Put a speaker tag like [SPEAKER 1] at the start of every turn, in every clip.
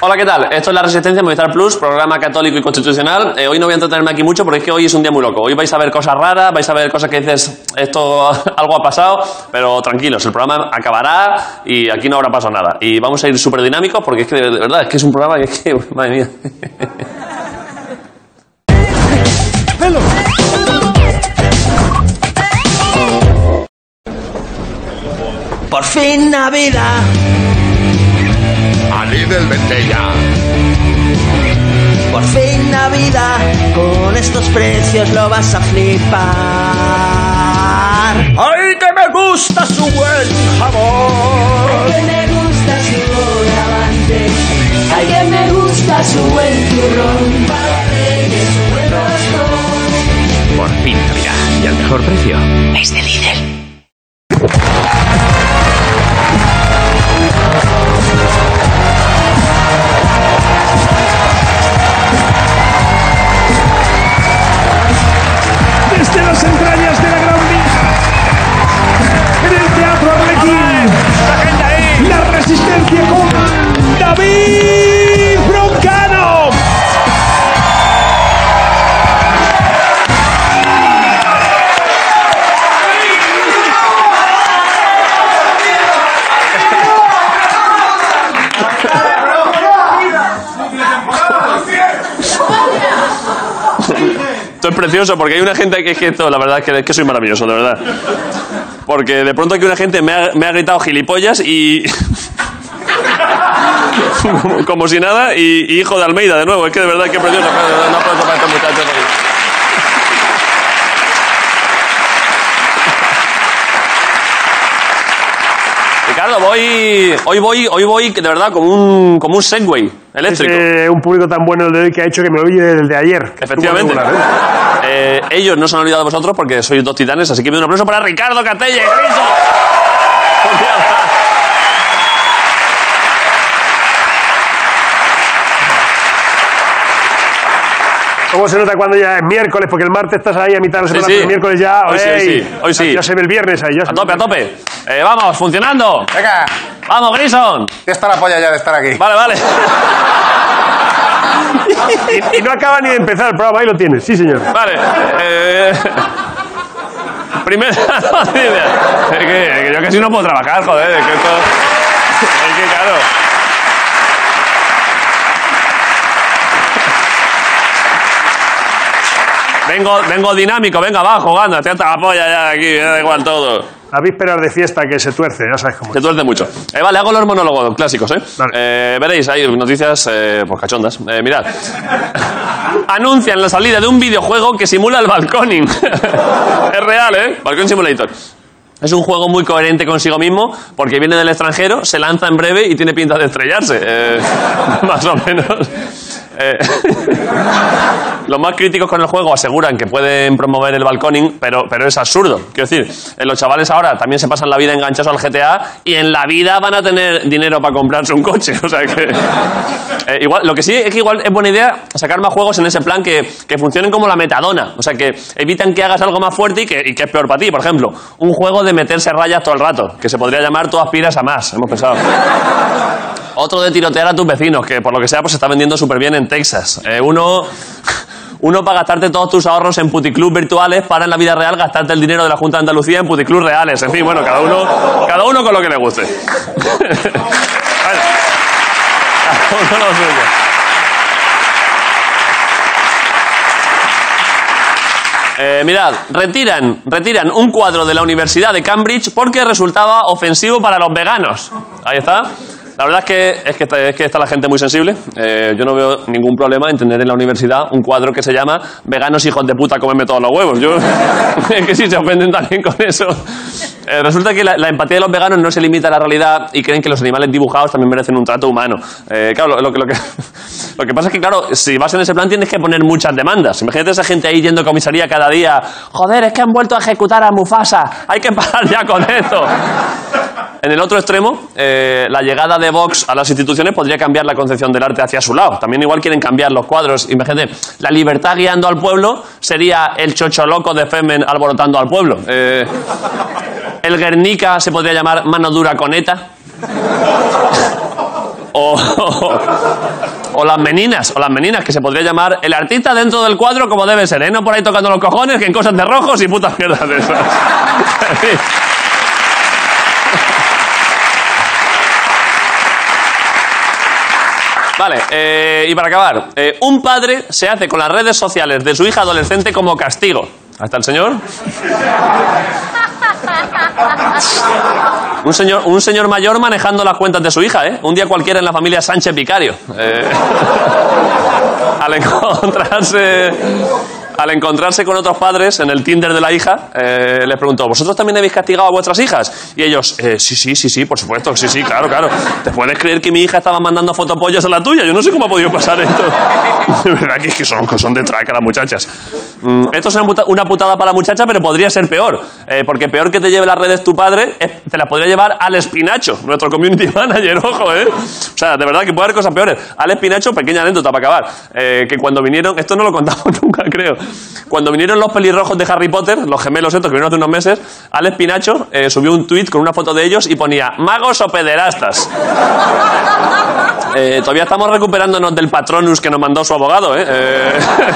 [SPEAKER 1] Hola, ¿qué tal? Esto es La Resistencia Movistar Plus, programa católico y constitucional. Eh, hoy no voy a entretenerme aquí mucho porque es que hoy es un día muy loco. Hoy vais a ver cosas raras, vais a ver cosas que dices, esto algo ha pasado, pero tranquilos, el programa acabará y aquí no habrá pasado nada. Y vamos a ir súper dinámicos porque es que de verdad, es que es un programa que es que, madre mía.
[SPEAKER 2] Por fin Navidad.
[SPEAKER 3] A Lidl Ventella.
[SPEAKER 2] Por fin Navidad, con estos precios lo vas a flipar. ¡Ay, que me gusta su buen jamón!
[SPEAKER 4] que me gusta su bogavante, al que me gusta su buen turrón, para reyes su buen roscón.
[SPEAKER 5] Por fin Navidad. Y al mejor precio.
[SPEAKER 6] desde las entrañas de la Gran Vía, en el Teatro Arlequín, la resistencia con David Broncano.
[SPEAKER 1] Esto es precioso porque hay una gente que es que esto, la verdad es que, es que soy maravilloso, de verdad. Porque de pronto aquí una gente me ha, me ha gritado gilipollas y... como, como si nada y, y hijo de Almeida de nuevo. Es que de verdad que precioso. Pero este de verdad, un aplauso para estos muchachos aquí. Ricardo, voy, hoy voy, hoy voy de verdad como un, como un Segway eléctrico.
[SPEAKER 6] Eh, un público tan bueno el de hoy que ha hecho que me oye desde ayer.
[SPEAKER 1] Efectivamente.
[SPEAKER 6] Estuvo regular, ¿eh?
[SPEAKER 1] Eh, ellos no se han olvidado de vosotros porque sois dos titanes, así que pido un aplauso para Ricardo Catelle. ¡Rizo!
[SPEAKER 6] ¿Cómo se nota cuando ya es miércoles? Porque el martes estás ahí a mitad de la semana,
[SPEAKER 1] sí.
[SPEAKER 6] pero el miércoles ya.
[SPEAKER 1] Hoy sí, hoy
[SPEAKER 6] ey,
[SPEAKER 1] sí, hoy sí.
[SPEAKER 6] Ya se ve el viernes ahí. Ya se
[SPEAKER 1] A
[SPEAKER 6] ve.
[SPEAKER 1] tope, a tope. Eh, vamos, funcionando.
[SPEAKER 7] Venga,
[SPEAKER 1] Vamos, Grison.
[SPEAKER 7] ya está la polla ya de estar aquí.
[SPEAKER 1] Vale, vale.
[SPEAKER 6] Y no acaba ni de empezar el programa, ahí lo tienes. Sí, señor.
[SPEAKER 1] Vale. Eh, primera noticia. Es que, es que yo casi no puedo trabajar, joder. Es que esto. Es que claro. Vengo, vengo dinámico, venga, va jugando, te la polla ya de aquí, me da igual todo.
[SPEAKER 6] A vísperas de fiesta que se tuerce, ya sabes cómo.
[SPEAKER 1] Te tuerce mucho. Eh, vale, hago los monólogos clásicos, ¿eh?
[SPEAKER 6] Vale.
[SPEAKER 1] Eh, veréis, hay noticias eh, pues cachondas. Eh, mirad. Anuncian la salida de un videojuego que simula el balconing. es real, ¿eh? Balcón Simulator. Es un juego muy coherente consigo mismo porque viene del extranjero, se lanza en breve y tiene pinta de estrellarse. Eh, más o menos. Eh, los más críticos con el juego aseguran que pueden promover el balconing, pero, pero es absurdo. Quiero decir, eh, los chavales ahora también se pasan la vida enganchados al GTA y en la vida van a tener dinero para comprarse un coche. O sea que. eh, igual, lo que sí es que igual es buena idea sacar más juegos en ese plan que, que funcionen como la metadona. O sea que evitan que hagas algo más fuerte y que, y que es peor para ti. Por ejemplo, un juego de meterse rayas todo el rato, que se podría llamar Tú aspiras a más. Hemos pensado. Otro de tirotear a tus vecinos, que por lo que sea, pues se está vendiendo súper bien en Texas. Eh, uno. Uno para gastarte todos tus ahorros en puticlub virtuales, para en la vida real gastarte el dinero de la Junta de Andalucía en puticlub reales. En fin, bueno, cada uno, cada uno con lo que le guste. Bueno, cada uno lo suyo. Eh, mirad, retiran, retiran un cuadro de la Universidad de Cambridge porque resultaba ofensivo para los veganos. Ahí está. La verdad es que, es que, está, es que está la gente muy sensible. Eh, yo no veo ningún problema en tener en la universidad un cuadro que se llama Veganos hijos de puta, comerme todos los huevos. Yo, es que si se ofenden también con eso. Eh, resulta que la, la empatía de los veganos no se limita a la realidad y creen que los animales dibujados también merecen un trato humano. Eh, claro, lo, lo que- lo que, lo que pasa es que, claro, si vas en ese plan tienes que poner muchas demandas. Imagínate esa gente ahí yendo a comisaría cada día. Joder, es que han vuelto a ejecutar a Mufasa. Hay que parar ya con esto. En el otro extremo, eh, la llegada de Vox a las instituciones podría cambiar la concepción del arte hacia su lado. También igual quieren cambiar los cuadros. Imagínate, la libertad guiando al pueblo sería el chocho loco de Femen alborotando al pueblo. Eh, el Guernica se podría llamar mano dura con ETA. E O, o las meninas, o las meninas, que se podría llamar el artista dentro del cuadro como debe ser, ¿eh? No por ahí tocando los cojones, que en cosas de rojos y putas mierdas de esas. En fin. Vale, eh, y para acabar, eh, un padre se hace con las redes sociales de su hija adolescente como castigo. ¿Hasta el señor? Un señor, un señor mayor manejando las cuentas de su hija, ¿eh? Un día cualquiera en la familia Sánchez Vicario. Eh, al encontrarse. Al encontrarse con otros padres en el Tinder de la hija, eh, les preguntó, ¿vosotros también habéis castigado a vuestras hijas? Y ellos, "Eh, sí, sí, sí, sí, por supuesto, sí, sí, claro, claro. ¿Te puedes creer que mi hija estaba mandando fotopollas a la tuya? Yo no sé cómo ha podido pasar esto. De verdad que, es que son, que son de traca las muchachas. Mm, esto es una, puta- una putada para la muchacha, pero podría ser peor. Eh, porque peor que te lleve las redes tu padre, eh, te las podría llevar al Espinacho, nuestro community manager, ojo, ¿eh? O sea, de verdad que puede haber cosas peores. Al Espinacho, pequeña anécdota para acabar. eh, que cuando vinieron, esto no lo contamos nunca, creo. Cuando vinieron los pelirrojos de Harry Potter, los gemelos estos que vinieron hace unos meses, al Espinacho eh, subió un tweet con una foto de ellos y ponía: magos o pederastas. Eh, todavía estamos recuperándonos del patronus que nos mandó su abogado, ¿eh? Eh,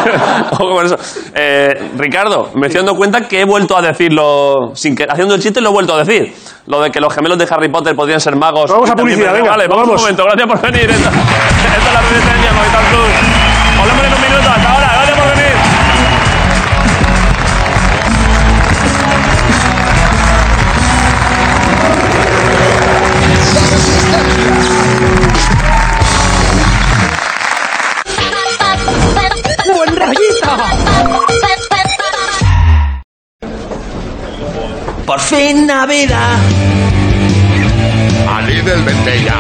[SPEAKER 1] ojo con eso. Eh, Ricardo, me estoy dando cuenta que he vuelto a decirlo, sin que, haciendo el chiste lo he vuelto a decir. Lo de que los gemelos de Harry Potter podrían ser magos.
[SPEAKER 8] Vamos a
[SPEAKER 1] Y también-
[SPEAKER 8] publicidad, venga,
[SPEAKER 1] Vale, ¿eh? vamos,
[SPEAKER 8] vamos.
[SPEAKER 1] un momento, gracias por venir. eh. Esta, esta es la resistencia, Movistar Plus. Hablamos en un minuto, hasta ahora, gracias por venir.
[SPEAKER 4] ¡Buen rollito! Por fin Navidad.
[SPEAKER 9] A Lidl Ventella.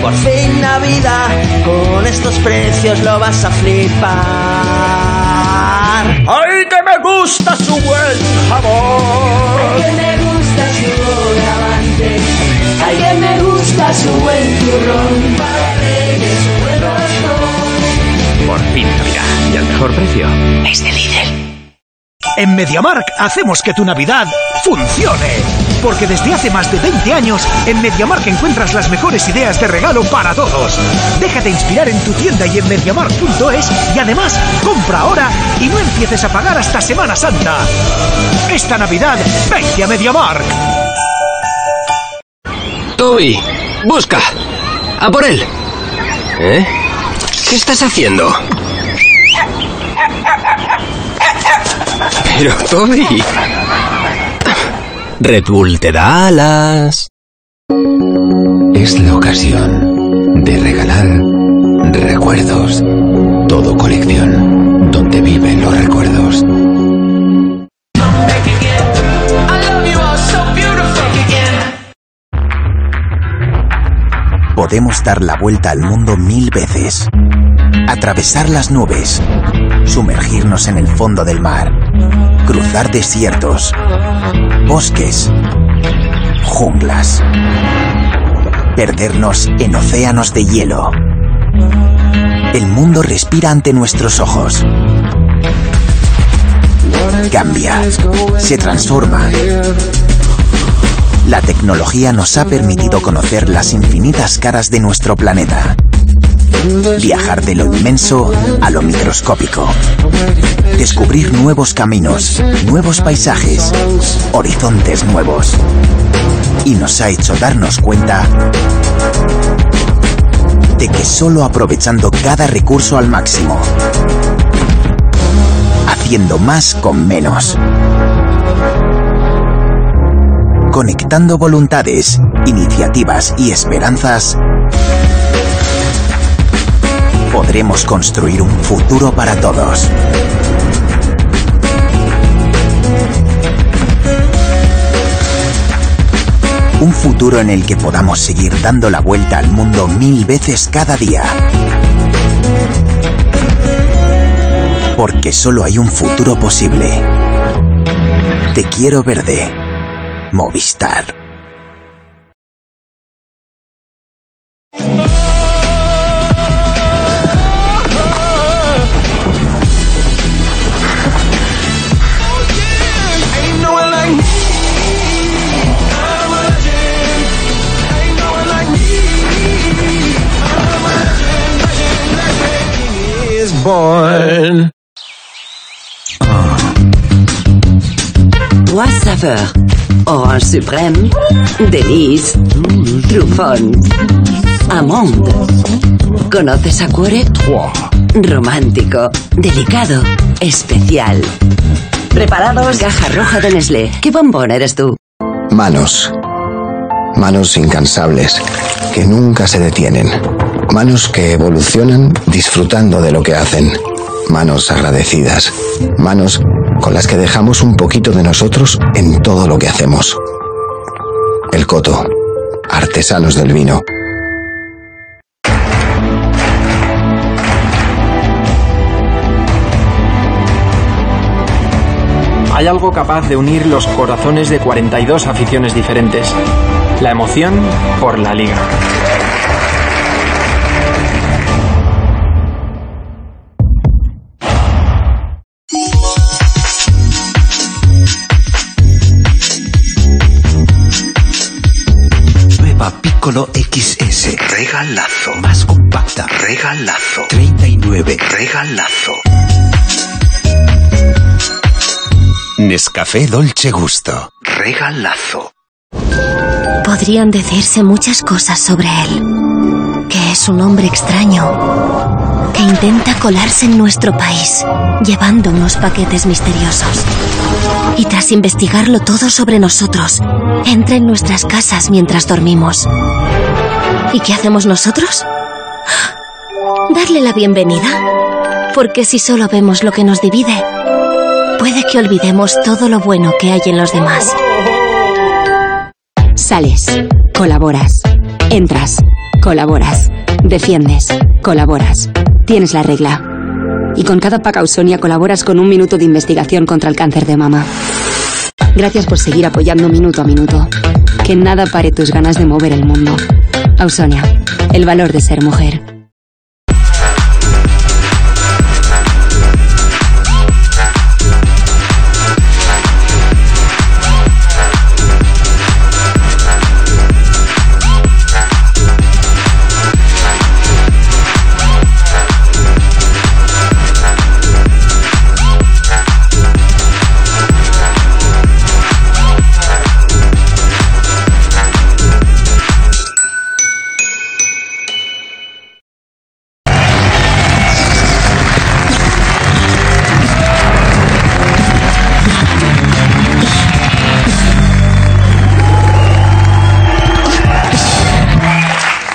[SPEAKER 4] Por fin Navidad, con estos precios lo vas a flipar.
[SPEAKER 2] ¡Ay, que me gusta su buen jabón!
[SPEAKER 4] que me gusta su bogavante, ay que me gusta su buen turrón, para reyes su buen roscón.
[SPEAKER 5] Por fin Navidad y al mejor precio.
[SPEAKER 10] En MediaMark hacemos que tu Navidad funcione. Porque desde hace más de 20 años, en MediaMark encuentras las mejores ideas de regalo para todos. Déjate inspirar en tu tienda y en MediaMark.es y además, compra ahora y no empieces a pagar hasta Semana Santa. Esta Navidad, vente a MediaMark.
[SPEAKER 5] Toby, busca. A por él. ¿Eh? ¿Qué estás haciendo? Pero Toby. Red Bull te da alas.
[SPEAKER 7] Es la ocasión de regalar recuerdos. Todo colección donde viven los recuerdos.
[SPEAKER 10] Podemos dar la vuelta al mundo mil veces. Atravesar las nubes. Sumergirnos en el fondo del mar. Cruzar desiertos. Bosques. Junglas. Perdernos en océanos de hielo. El mundo respira ante nuestros ojos. Cambia. Se transforma. La tecnología nos ha permitido conocer las infinitas caras de nuestro planeta. Viajar de lo inmenso a lo microscópico. Descubrir nuevos caminos, nuevos paisajes, horizontes nuevos. Y nos ha hecho darnos cuenta de que solo aprovechando cada recurso al máximo, haciendo más con menos. Conectando voluntades, iniciativas y esperanzas, podremos construir un futuro para todos. Un futuro en el que podamos seguir dando la vuelta al mundo mil veces cada día. Porque solo hay un futuro posible. Te quiero verde. Movistar.
[SPEAKER 11] born.
[SPEAKER 12] Trois saveurs. Orange suprême, Denise, Trufón, Amond. ¿Conoces a Cuore? Romántico, delicado, especial. Preparados. Caja roja de Nestlé. ¿Qué bombón eres tú?
[SPEAKER 7] Manos. Manos incansables, que nunca se detienen. Manos que evolucionan disfrutando de lo que hacen. Manos agradecidas. Manos con las que dejamos un poquito de nosotros en todo lo que hacemos. El Coto. Artesanos del vino.
[SPEAKER 13] Hay algo capaz de unir los corazones de 42 aficiones diferentes. La emoción por la liga.
[SPEAKER 14] Nueva Piccolo XS. Regalazo. Más compacta. Regalazo. 39. Regalazo.
[SPEAKER 15] Nescafé Dolce Gusto.
[SPEAKER 14] Regalazo.
[SPEAKER 16] Podrían decirse muchas cosas sobre él. Que es un hombre extraño. Que intenta colarse en nuestro país, llevando unos paquetes misteriosos. Y tras investigarlo todo sobre nosotros, entra en nuestras casas mientras dormimos. ¿Y qué hacemos nosotros? ¡Ah! Darle la bienvenida. Porque si solo vemos lo que nos divide, puede que olvidemos todo lo bueno que hay en los demás.
[SPEAKER 17] Sales, colaboras, entras, colaboras, defiendes, colaboras. Tienes la regla. Y con cada pacausonia colaboras con un minuto de investigación contra el cáncer de mama. Gracias por seguir apoyando minuto a minuto. Que nada pare tus ganas de mover el mundo. Ausonia, el valor de ser mujer.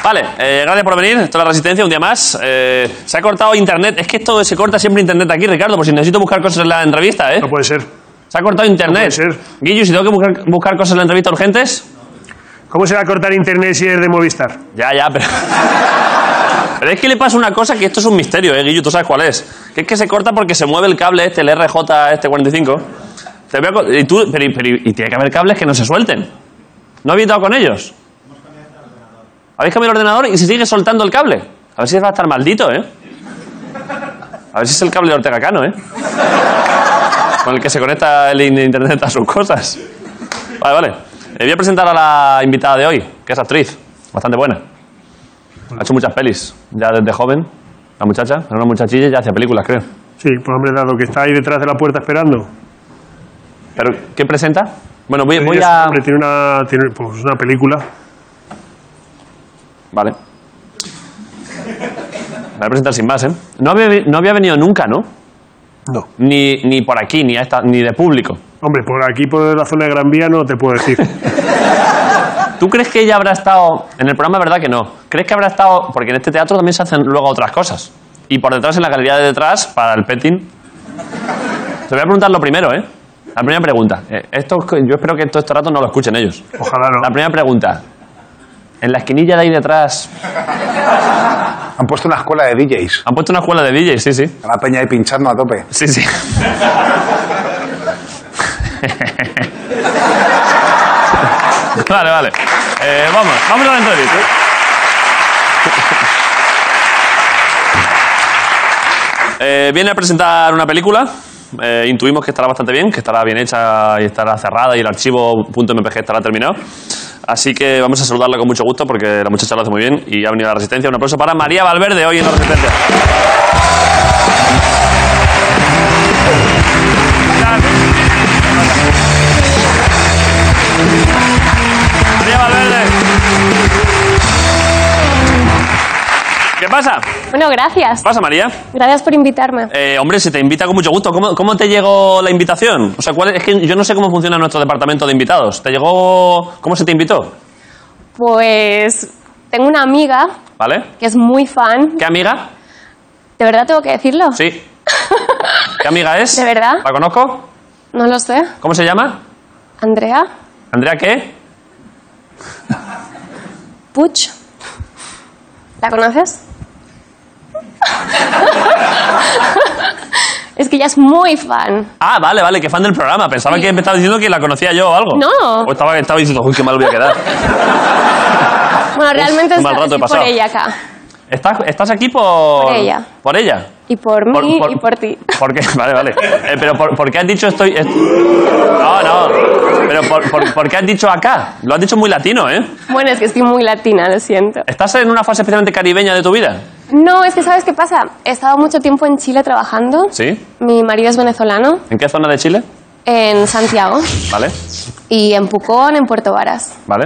[SPEAKER 1] Vale, eh, gracias por venir. Esto es la Resistencia, un día más. Eh, se ha cortado internet. Es que esto se corta siempre internet aquí, Ricardo, por si necesito buscar cosas en la entrevista, ¿eh?
[SPEAKER 8] No puede ser.
[SPEAKER 1] Se ha cortado internet.
[SPEAKER 8] No puede ser.
[SPEAKER 1] Guillo, si tengo que buscar, buscar cosas en la entrevista urgentes.
[SPEAKER 8] ¿Cómo se va a cortar internet si es de Movistar?
[SPEAKER 1] Ya, ya, pero. Pero es que le pasa una cosa que esto es un misterio, ¿eh, Guillo? ¿Tú sabes cuál es? Que es que se corta porque se mueve el cable este, el RJ este 45. Te voy a co- y, tú, pero, pero- y tiene que haber cables que no se suelten. ¿No habéis dado con ellos? Habéis cambiado el ordenador y se sigue soltando el cable. A ver si va a estar maldito, ¿eh? A ver si es el cable de Ortega Cano, ¿eh? Con el que se conecta el in- internet a sus cosas. Vale, vale. Eh, voy a presentar a la invitada de hoy, que es actriz. Bastante buena. Ha hecho muchas pelis. Ya desde joven. La muchacha. Era una muchachilla y ya hacía películas, creo.
[SPEAKER 8] Sí, pues hombre, dado que está ahí detrás de la puerta esperando.
[SPEAKER 1] ¿Pero qué presenta? Bueno, voy, voy
[SPEAKER 8] Ella,
[SPEAKER 1] a...
[SPEAKER 8] hombre, tiene una, tiene, pues, una película.
[SPEAKER 1] Vale. Me voy a presentar sin más, ¿eh? No había, no había venido nunca, ¿no?
[SPEAKER 8] No.
[SPEAKER 1] Ni, ni por aquí, ni, a esta, ni de público.
[SPEAKER 8] Hombre, por aquí, por la zona de Gran Vía, no te puedo decir.
[SPEAKER 1] ¿Tú crees que ella habrá estado en el programa? Verdad que no. ¿Crees que habrá estado porque en este teatro también se hacen luego otras cosas? Y por detrás en la galería de detrás para el petting. Te voy a preguntar lo primero, ¿eh? La primera pregunta. Eh, Esto, yo espero que todo este rato no lo escuchen ellos.
[SPEAKER 8] Ojalá no.
[SPEAKER 1] La primera pregunta. En la esquinilla de ahí detrás
[SPEAKER 18] Han puesto una escuela de DJs.
[SPEAKER 1] han puesto una escuela de DJs, sí, sí.
[SPEAKER 18] A la peña ahí pinchando a tope.
[SPEAKER 1] Sí, sí. vale, vale. Eh, vamos, vamos a la entrevista. Eh, viene a presentar una película. Eh, intuimos que estará bastante bien, que estará bien hecha y estará cerrada y el archivo .mpg estará terminado. Así que vamos a saludarla con mucho gusto porque la muchacha lo hace muy bien y ha venido a la Resistencia. Un aplauso para María Valverde hoy en la Resistencia. pasa?
[SPEAKER 19] Bueno, gracias.
[SPEAKER 1] Pasa, María.
[SPEAKER 19] Gracias por invitarme.
[SPEAKER 1] Eh, hombre, se te invita con mucho gusto. ¿Cómo, cómo te llegó la invitación? O sea, ¿cuál, es que yo no sé cómo funciona nuestro departamento de invitados. ¿Te llegó. ¿Cómo se te invitó?
[SPEAKER 19] Pues tengo una amiga
[SPEAKER 1] ¿Vale?
[SPEAKER 19] que es muy fan.
[SPEAKER 1] ¿Qué amiga?
[SPEAKER 19] ¿De verdad tengo que decirlo?
[SPEAKER 1] Sí. ¿Qué amiga es?
[SPEAKER 19] ¿De verdad?
[SPEAKER 1] ¿La conozco?
[SPEAKER 19] No lo sé.
[SPEAKER 1] ¿Cómo se llama?
[SPEAKER 19] ¿Andrea?
[SPEAKER 1] ¿Andrea qué?
[SPEAKER 19] ¿Puch? ¿La conoces? es que ella es muy fan.
[SPEAKER 1] Ah, vale, vale, que fan del programa. Pensaba que me estaba diciendo que la conocía yo o algo.
[SPEAKER 19] No.
[SPEAKER 1] O estaba, estaba diciendo, uy, qué mal voy a quedar.
[SPEAKER 19] Bueno, realmente es
[SPEAKER 1] qué mal rato
[SPEAKER 19] por
[SPEAKER 1] he pasado.
[SPEAKER 19] ella acá.
[SPEAKER 1] ¿Estás, estás aquí por.
[SPEAKER 19] Por ella.
[SPEAKER 1] ¿Por ella?
[SPEAKER 19] Y por
[SPEAKER 1] Por-
[SPEAKER 19] mí
[SPEAKER 1] por-
[SPEAKER 19] y por ti.
[SPEAKER 1] ¿Por qué? Vale, vale. Eh, pero por, por qué has dicho estoy.? est- No, no. Pero por, por- por qué has dicho acá? Lo has dicho muy latino, ¿eh?
[SPEAKER 19] Bueno, es que estoy muy latina, lo siento.
[SPEAKER 1] ¿Estás en una fase especialmente caribeña de tu vida?
[SPEAKER 19] No, es que ¿sabes qué pasa? He estado mucho tiempo en Chile trabajando.
[SPEAKER 1] ¿Sí?
[SPEAKER 19] Mi marido es venezolano,
[SPEAKER 1] ¿En qué zona de Chile?
[SPEAKER 19] en Santiago,
[SPEAKER 1] Vale,
[SPEAKER 19] y en Pucón, en Puerto Varas.
[SPEAKER 1] vale.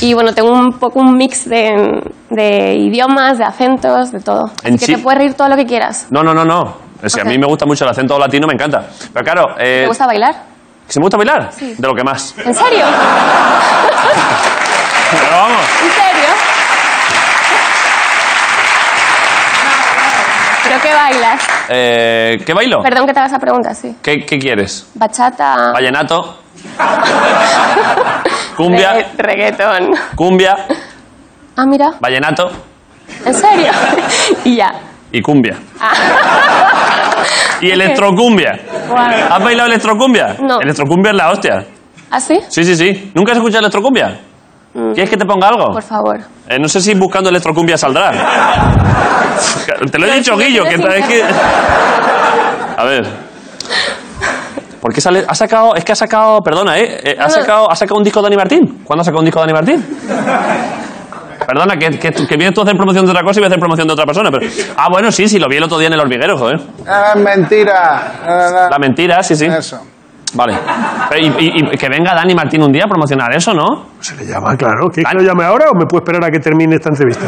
[SPEAKER 19] Y bueno, tengo un poco un mix de, de idiomas, de acentos, de todo. Así
[SPEAKER 1] En
[SPEAKER 19] que
[SPEAKER 1] Chi-
[SPEAKER 19] te puedes reír todo lo que quieras.
[SPEAKER 1] No, no, no, no. Es que a mí me gusta mucho el acento latino, me encanta. Pero claro, eh,
[SPEAKER 19] ¿Te gusta bailar?
[SPEAKER 1] ¿si me gusta bailar?
[SPEAKER 19] Sí.
[SPEAKER 1] De lo que más.
[SPEAKER 19] ¿En serio?
[SPEAKER 1] Pero vamos.
[SPEAKER 19] ¿En serio? ¿Pero qué bailas?
[SPEAKER 1] Eh, ¿Qué bailo?
[SPEAKER 19] Perdón que te hagas esa pregunta, sí.
[SPEAKER 1] ¿Qué, qué quieres?
[SPEAKER 19] Bachata,
[SPEAKER 1] Vallenato. Cumbia.
[SPEAKER 19] re- reggaetón.
[SPEAKER 1] Cumbia.
[SPEAKER 19] Ah, mira,
[SPEAKER 1] Vallenato.
[SPEAKER 19] ¿en serio? y ya.
[SPEAKER 1] Y cumbia. Y electrocumbia.
[SPEAKER 19] Ah. Guau.
[SPEAKER 1] ¿Has bailado electrocumbia?
[SPEAKER 19] No.
[SPEAKER 1] Electrocumbia es la hostia.
[SPEAKER 19] ¿Ah, sí?
[SPEAKER 1] Sí, sí, sí. ¿Nunca has escuchado electrocumbia?
[SPEAKER 19] Mm.
[SPEAKER 1] ¿Quieres que te ponga algo?
[SPEAKER 19] Por favor.
[SPEAKER 1] Eh, no sé si buscando electrocumbia saldrá. te lo he dicho, Guillo, que
[SPEAKER 19] tienes
[SPEAKER 1] es que... A ver. ¿Por qué sale? Ha sacado, es que ha sacado, perdona, ¿eh? Eh, ha,
[SPEAKER 19] No, no.
[SPEAKER 1] sacado, ha sacado un disco de Dani Martín. ¿Cuándo ha sacado un disco de Dani Martín? Perdona, que, que, que vienes tú a hacer promoción de otra cosa y voy a hacer promoción de otra persona. Pero... Ah, bueno, sí, sí, lo vi el otro día en el hormiguero, joder.
[SPEAKER 20] Ah, mentira. Ah,
[SPEAKER 1] La mentira, sí, sí.
[SPEAKER 20] Eso.
[SPEAKER 1] Vale. Pero Y, y- y que venga Dani Martín un día a promocionar eso, ¿no?
[SPEAKER 8] Se le llama, claro. ¿Quieres que lo llame ahora o me puedo esperar a que termine esta entrevista?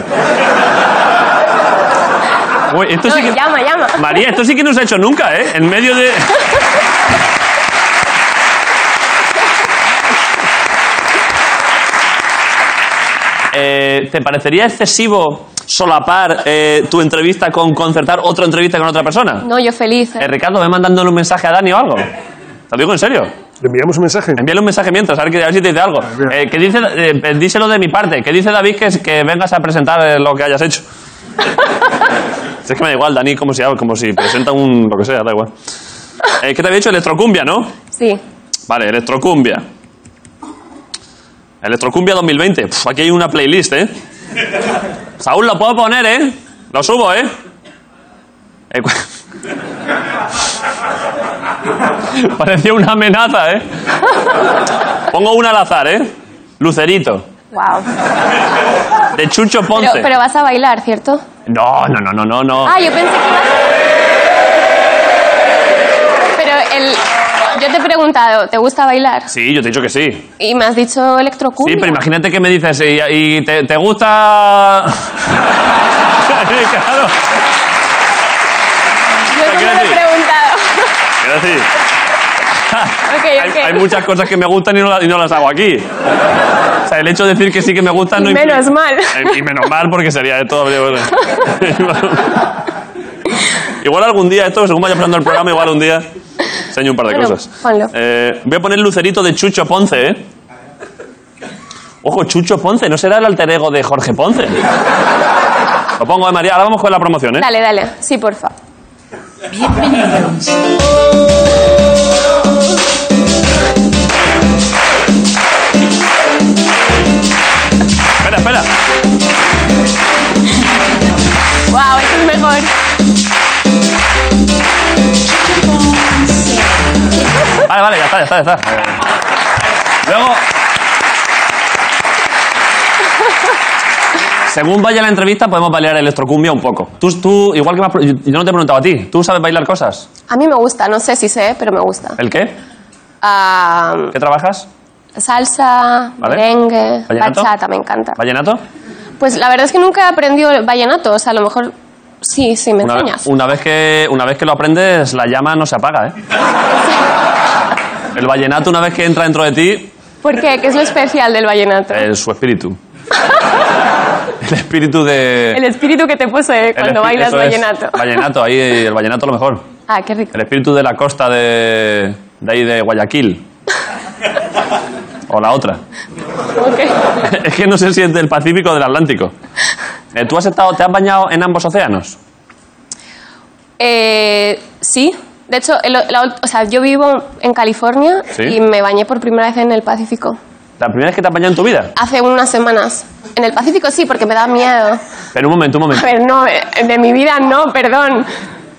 [SPEAKER 1] Uy, esto
[SPEAKER 19] No,
[SPEAKER 1] sí que...
[SPEAKER 19] llama, llama.
[SPEAKER 1] María, esto sí que no se ha hecho nunca, ¿eh? En medio de... Eh, ¿Te parecería excesivo solapar eh, tu entrevista con concertar otra entrevista con otra persona?
[SPEAKER 19] No, yo feliz.
[SPEAKER 1] Eh, Ricardo, ve mandándole un mensaje a Dani o algo. Te lo digo en serio. ¿Le enviamos un mensaje? Envíale un mensaje mientras, a ver, que- a ver si te dice algo. Eh, que dice, eh, eh, díselo de mi parte. Que dice David que, es- que vengas a presentar eh, lo que hayas hecho. Si es que me da igual, Dani, como si, como si presenta un... lo que sea, da igual. Eh, ¿Qué te había dicho? Electrocumbia, ¿no?
[SPEAKER 19] Sí.
[SPEAKER 1] Vale, Electrocumbia. Electrocumbia 2020. Puf, aquí hay una playlist, ¿eh? Saúl, lo puedo poner, ¿eh? Lo subo, ¿eh? Eh, cu- Parecía una amenaza, ¿eh? Pongo una al azar, ¿eh? Lucerito.
[SPEAKER 19] Wow.
[SPEAKER 1] De Chucho Ponce.
[SPEAKER 19] Pero, pero vas a bailar, ¿cierto?
[SPEAKER 1] No, no, no, no, no, no.
[SPEAKER 19] Ah, yo pensé que ibas Pero el... yo te he preguntado, ¿te gusta bailar?
[SPEAKER 1] Sí, yo te he dicho que sí.
[SPEAKER 19] Y me has dicho electrocumbia.
[SPEAKER 1] Sí, pero imagínate que me dices y, y te, te gusta. claro.
[SPEAKER 19] Yo no me lo he
[SPEAKER 1] quiero decir.
[SPEAKER 19] preguntado.
[SPEAKER 1] Quiero decir,
[SPEAKER 19] ok, ok.
[SPEAKER 1] hay muchas cosas que me gustan y no, la- y no las hago aquí. O sea, el hecho de decir que sí que me gustan
[SPEAKER 19] Y
[SPEAKER 1] no implica-
[SPEAKER 19] menos mal.
[SPEAKER 1] Eh, Y menos mal porque sería de todo. igual algún día, esto según vaya hablando el programa, igual un día enseño un par de
[SPEAKER 19] Bueno,
[SPEAKER 1] cosas.
[SPEAKER 19] ponlo.
[SPEAKER 1] Eh, voy a poner Lucerito de Chucho Ponce, ¿eh? Ojo, Chucho Ponce, no será el alter ego de Jorge Ponce. Lo pongo, ¿eh, María. Ahora vamos con la promoción, ¿eh?
[SPEAKER 19] Dale, dale. Sí, porfa. Bienvenidos.
[SPEAKER 1] Espera, espera.
[SPEAKER 19] Wow, esto es mejor.
[SPEAKER 1] Vale, vale, ya está, ya está, ya está. Luego. Según vaya la entrevista, podemos bailar electrocumbia un poco. Tú, tú igual que me has pre- yo yo no te he preguntado a ti, ¿tú sabes bailar cosas?
[SPEAKER 19] A mí me gusta, no sé si sé, pero me gusta.
[SPEAKER 1] ¿El qué?
[SPEAKER 19] Ah,
[SPEAKER 1] ¿Qué trabajas?
[SPEAKER 19] salsa,
[SPEAKER 1] Vale.
[SPEAKER 19] merengue,
[SPEAKER 1] ¿Vallenato?
[SPEAKER 19] bachata, me encanta.
[SPEAKER 1] ¿Vallenato?
[SPEAKER 19] Pues la verdad es que nunca he aprendido el vallenato, o sea, a lo mejor Sí, sí, me
[SPEAKER 1] Una, ve-
[SPEAKER 19] enseñas.
[SPEAKER 1] una vez que, una vez que lo aprendes, la llama no se apaga, ¿eh? El vallenato, una vez que entra dentro de ti,
[SPEAKER 19] ¿Por qué? ¿Qué es lo especial del vallenato?
[SPEAKER 1] es su espíritu. El espíritu de...
[SPEAKER 19] El espíritu que te posee
[SPEAKER 1] el
[SPEAKER 19] cuando
[SPEAKER 1] espi-
[SPEAKER 19] bailas
[SPEAKER 1] eso es,
[SPEAKER 19] vallenato.
[SPEAKER 1] vallenato, ahí el vallenato lo mejor.
[SPEAKER 19] Ah, qué rico.
[SPEAKER 1] El espíritu de la costa de, de ahí de Guayaquil. O la otra. Es que no sé si es del Pacífico o del Atlántico. Eh, ¿Tú has estado, te has bañado en ambos océanos?
[SPEAKER 19] Eh, sí. De hecho, el- la ult- o sea, yo vivo en California
[SPEAKER 1] Sí.
[SPEAKER 19] y me bañé por primera vez en el Pacífico.
[SPEAKER 1] La primera vez que te has bañado en tu vida.
[SPEAKER 19] Hace unas semanas. En el Pacífico sí, porque me da miedo.
[SPEAKER 1] Pero un momento, un
[SPEAKER 19] A
[SPEAKER 1] momento.
[SPEAKER 19] ver, no, eh, de mi vida no, perdón.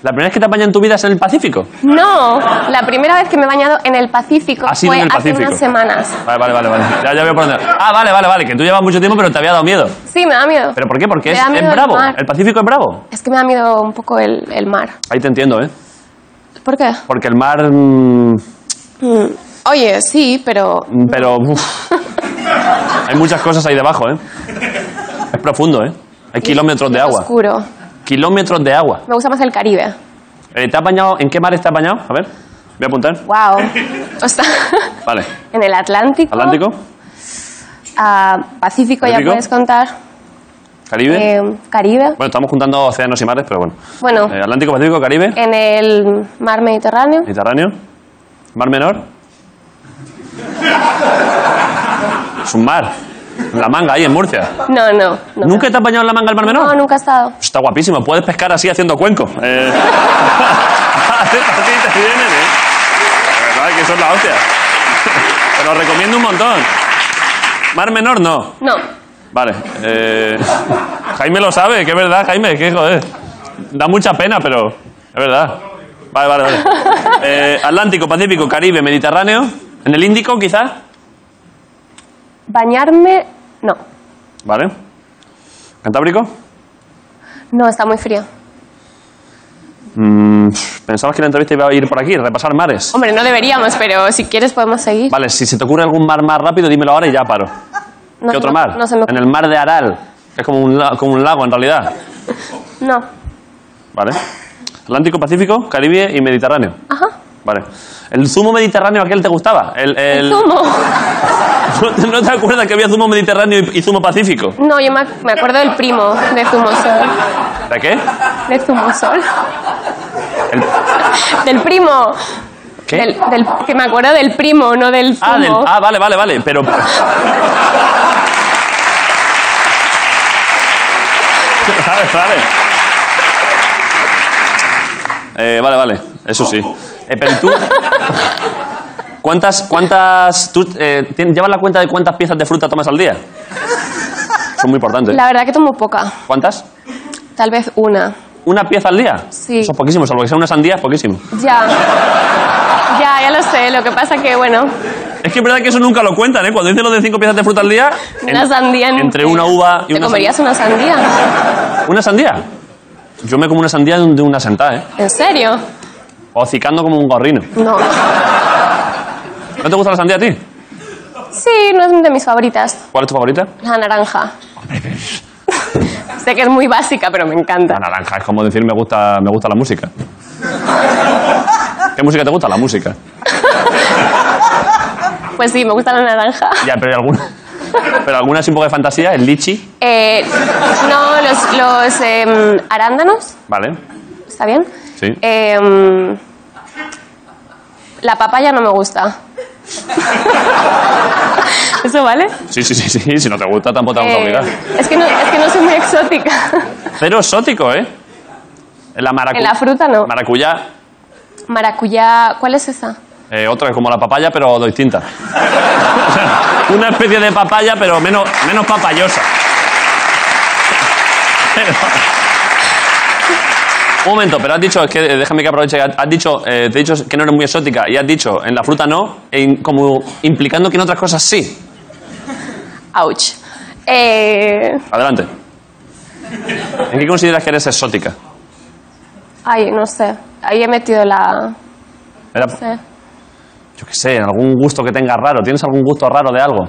[SPEAKER 1] ¿La primera vez que te has bañado en tu vida es en el Pacífico?
[SPEAKER 19] No, la primera vez que me he bañado en el Pacífico
[SPEAKER 1] Ha sido
[SPEAKER 19] fue
[SPEAKER 1] en el
[SPEAKER 19] hace
[SPEAKER 1] Pacífico.
[SPEAKER 19] unas semanas.
[SPEAKER 1] Vale, vale, vale. vale. Ya, ya veo por dónde. Ah, vale, vale, vale. Que tú llevas mucho tiempo, pero te había dado miedo.
[SPEAKER 19] Sí, me da miedo.
[SPEAKER 1] ¿Pero por qué? Porque
[SPEAKER 19] Me
[SPEAKER 1] es,
[SPEAKER 19] da
[SPEAKER 1] es
[SPEAKER 19] miedo el
[SPEAKER 1] bravo.
[SPEAKER 19] mar.
[SPEAKER 1] El Pacífico es bravo.
[SPEAKER 19] Es que me da miedo un poco el, el mar.
[SPEAKER 1] Ahí te entiendo, ¿eh?
[SPEAKER 19] ¿Por qué?
[SPEAKER 1] Porque el mar. mm,
[SPEAKER 19] Mm, Oye, sí, pero
[SPEAKER 1] Pero. uf. Hay muchas cosas ahí debajo, ¿eh? Es profundo, ¿eh? Hay kilómetros de agua.
[SPEAKER 19] oscuro.
[SPEAKER 1] Kilómetros de agua.
[SPEAKER 19] Me gusta más el Caribe.
[SPEAKER 1] Eh, ¿Te has bañado? ¿En qué mar estás bañado? A ver, voy a apuntar.
[SPEAKER 19] Wow. O sea,
[SPEAKER 1] Vale.
[SPEAKER 19] en el Atlántico.
[SPEAKER 1] ¿Atlántico?
[SPEAKER 19] ah, Pacífico, ya
[SPEAKER 1] Pacífico.
[SPEAKER 19] puedes contar.
[SPEAKER 1] ¿Caribe?
[SPEAKER 19] Eh, Caribe.
[SPEAKER 1] Bueno, estamos juntando océanos y mares, pero bueno.
[SPEAKER 19] Bueno,
[SPEAKER 1] Eh, Atlántico, Pacífico, Caribe,
[SPEAKER 19] en el mar Mediterráneo.
[SPEAKER 1] Mediterráneo, Mar Menor. Es un mar. La manga ahí en Murcia.
[SPEAKER 19] No, no. no.
[SPEAKER 1] ¿Nunca te has bañado en la manga del Mar Menor?
[SPEAKER 19] No, nunca he estado.
[SPEAKER 1] Está guapísimo, puedes pescar así haciendo cuenco. Eh, así te vienen, ¿eh? La verdad es que son la hostia. Te lo recomiendo un montón. Mar Menor no.
[SPEAKER 19] No.
[SPEAKER 1] Vale. eh, Jaime lo sabe, que es verdad, Jaime, que joder. Da mucha pena, pero es verdad. Vale, vale, vale. Eh, Atlántico, Pacífico, Caribe, Mediterráneo. ¿En el Índico, quizás?
[SPEAKER 19] Bañarme, no.
[SPEAKER 1] Vale. ¿Cantábrico?
[SPEAKER 19] No, está muy frío.
[SPEAKER 1] Mm, pensabas que la entrevista iba a ir por aquí, repasar mares.
[SPEAKER 19] Hombre, no deberíamos, pero si quieres podemos seguir.
[SPEAKER 1] Vale, si se te ocurre algún mar más rápido, dímelo ahora y ya paro.
[SPEAKER 19] No
[SPEAKER 1] ¿Qué
[SPEAKER 19] se
[SPEAKER 1] otro
[SPEAKER 19] me-
[SPEAKER 1] mar?
[SPEAKER 19] No se me
[SPEAKER 1] en el mar de Aral. que Es como un, la- como un lago en realidad.
[SPEAKER 19] No.
[SPEAKER 1] Vale. Atlántico, Pacífico, Caribe y Mediterráneo.
[SPEAKER 19] Ajá.
[SPEAKER 1] Vale. ¿El zumo mediterráneo aquel te gustaba? El, el-
[SPEAKER 19] ¿Zumo?
[SPEAKER 1] ¿No te- ¿No te acuerdas que había zumo mediterráneo y, y zumo pacífico?
[SPEAKER 19] No, yo me, ac- me acuerdo del primo de Zumosol.
[SPEAKER 1] ¿De qué?
[SPEAKER 19] ¿De Zumosol? Del primo.
[SPEAKER 1] ¿Qué?
[SPEAKER 19] Del, del- que me acuerdo del primo, no del zumo.
[SPEAKER 1] Ah, del- ah, vale, vale, vale. Pero. vale, vale. Eh, vale, vale. Eso sí. Eh, pero tú. ¿Cuántas. cuántas tú, eh, tien- ¿Llevas la cuenta de cuántas piezas de fruta tomas al día? Son muy importantes.
[SPEAKER 19] La verdad que tomo poca.
[SPEAKER 1] ¿Cuántas?
[SPEAKER 19] Tal vez una.
[SPEAKER 1] ¿Una pieza al día?
[SPEAKER 19] Sí.
[SPEAKER 1] Eso es poquísimo, salvo que sea una sandía, es poquísimo.
[SPEAKER 19] Ya. Ya, ya lo sé. Lo que pasa que, bueno,
[SPEAKER 1] Es que es verdad que eso nunca lo cuentan, ¿eh? Cuando dicen lo de cinco piezas de fruta al día.
[SPEAKER 19] una
[SPEAKER 1] en-
[SPEAKER 19] sandía... en-
[SPEAKER 1] Entre una uva y
[SPEAKER 19] ¿Te
[SPEAKER 1] una
[SPEAKER 19] comerías una sandía?
[SPEAKER 1] ¿Una sandía? Yo me como una sandía de un- de una sentada, ¿eh?
[SPEAKER 19] ¿En serio?
[SPEAKER 1] Hocicando como un gorrino.
[SPEAKER 19] No.
[SPEAKER 1] ¿No te gusta la sandía a ti?
[SPEAKER 19] Sí, no es de mis favoritas.
[SPEAKER 1] ¿Cuál es tu favorita?
[SPEAKER 19] La naranja. sé que es muy básica, pero me encanta.
[SPEAKER 1] La naranja, Ah, es como decir me gusta, me gusta la música. ¿Qué música te gusta? La música.
[SPEAKER 19] Pues sí, me gusta la naranja.
[SPEAKER 1] Ya, pero hay alguna, pero alguna sin poco de fantasía, el lichi,
[SPEAKER 19] Eh, no, los, los em, arándanos,
[SPEAKER 1] ¿vale?
[SPEAKER 19] ¿está bien?
[SPEAKER 1] Sí.
[SPEAKER 19] Em, la papaya no me gusta. ¿Eso vale?
[SPEAKER 1] Sí, sí, sí, sí, si no te gusta tampoco te vamos a
[SPEAKER 19] Eh,
[SPEAKER 1] obligar.
[SPEAKER 19] es, que no, es que no soy muy exótica.
[SPEAKER 1] Pero exótico, ¿eh? La maracu-
[SPEAKER 19] En la fruta no.
[SPEAKER 1] maracuyá,
[SPEAKER 19] Maracuyá, ¿cuál es esa?
[SPEAKER 1] eh, otra que es como la papaya, pero distinta. O sea, una especie de papaya, pero menos, menos papayosa. Un momento, pero has dicho, es que eh, déjame que aproveche, has has dicho, eh, te he dicho que no eres muy exótica y has dicho en la fruta no, e in- como implicando que en otras cosas sí.
[SPEAKER 19] Ouch. Eh,
[SPEAKER 1] Adelante. ¿En qué consideras que eres exótica?
[SPEAKER 19] ay, no sé. Ahí he metido la...
[SPEAKER 1] Era-
[SPEAKER 19] no sé.
[SPEAKER 1] yo qué sé, en algún gusto que tengas raro. ¿Tienes algún gusto raro de algo?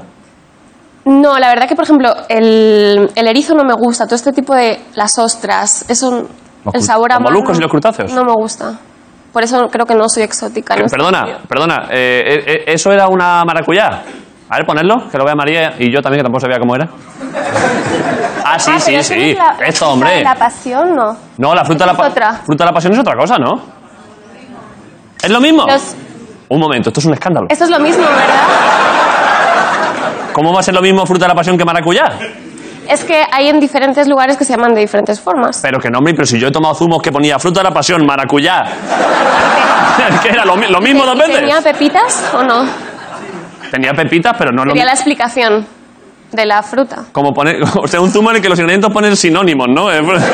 [SPEAKER 19] No, la verdad que, por ejemplo, el, el erizo no me gusta. Todo este tipo de... Las ostras, eso El sabor a
[SPEAKER 1] ¿Los
[SPEAKER 19] mar
[SPEAKER 1] moluscos
[SPEAKER 19] no-
[SPEAKER 1] y los crustáceos?
[SPEAKER 19] No me gusta. Por eso creo que no soy exótica. no
[SPEAKER 1] Eh,
[SPEAKER 19] sé.
[SPEAKER 1] Perdona, perdona. eh, eh, eh, ¿Eso era una maracuyá? A ver, ponerlo, que lo vea María y yo también, que tampoco sabía cómo era. Ah, sí,
[SPEAKER 19] Ah,
[SPEAKER 1] sí,
[SPEAKER 19] pero eso no
[SPEAKER 1] sí.
[SPEAKER 19] es la- la
[SPEAKER 1] Esto,
[SPEAKER 19] fruta
[SPEAKER 1] hombre.
[SPEAKER 19] de La pasión, no.
[SPEAKER 1] No, la fruta de la,
[SPEAKER 19] Es
[SPEAKER 1] pa-
[SPEAKER 19] otra.
[SPEAKER 1] fruta de la pasión es otra cosa, ¿no? ¿Es lo mismo?
[SPEAKER 19] Los-
[SPEAKER 1] Un momento, esto es un escándalo.
[SPEAKER 19] Esto es lo mismo, ¿verdad?
[SPEAKER 1] ¿Cómo va a ser lo mismo fruta de la pasión que maracuyá?
[SPEAKER 19] Es que hay en diferentes lugares que se llaman de diferentes formas.
[SPEAKER 1] Pero que no, hombre, pero si yo he tomado zumos que ponía fruta de la pasión, maracuyá. Es que era lo, mi- lo mismo dos
[SPEAKER 19] ¿Y
[SPEAKER 1] veces.
[SPEAKER 19] ¿Tenía pepitas o no?
[SPEAKER 1] Tenía pepitas, pero no es lo
[SPEAKER 19] Sería
[SPEAKER 1] mismo.
[SPEAKER 19] la explicación de la fruta.
[SPEAKER 1] Como poner. O sea, un zumo en el que los ingredientes ponen sinónimos, ¿no? Eh,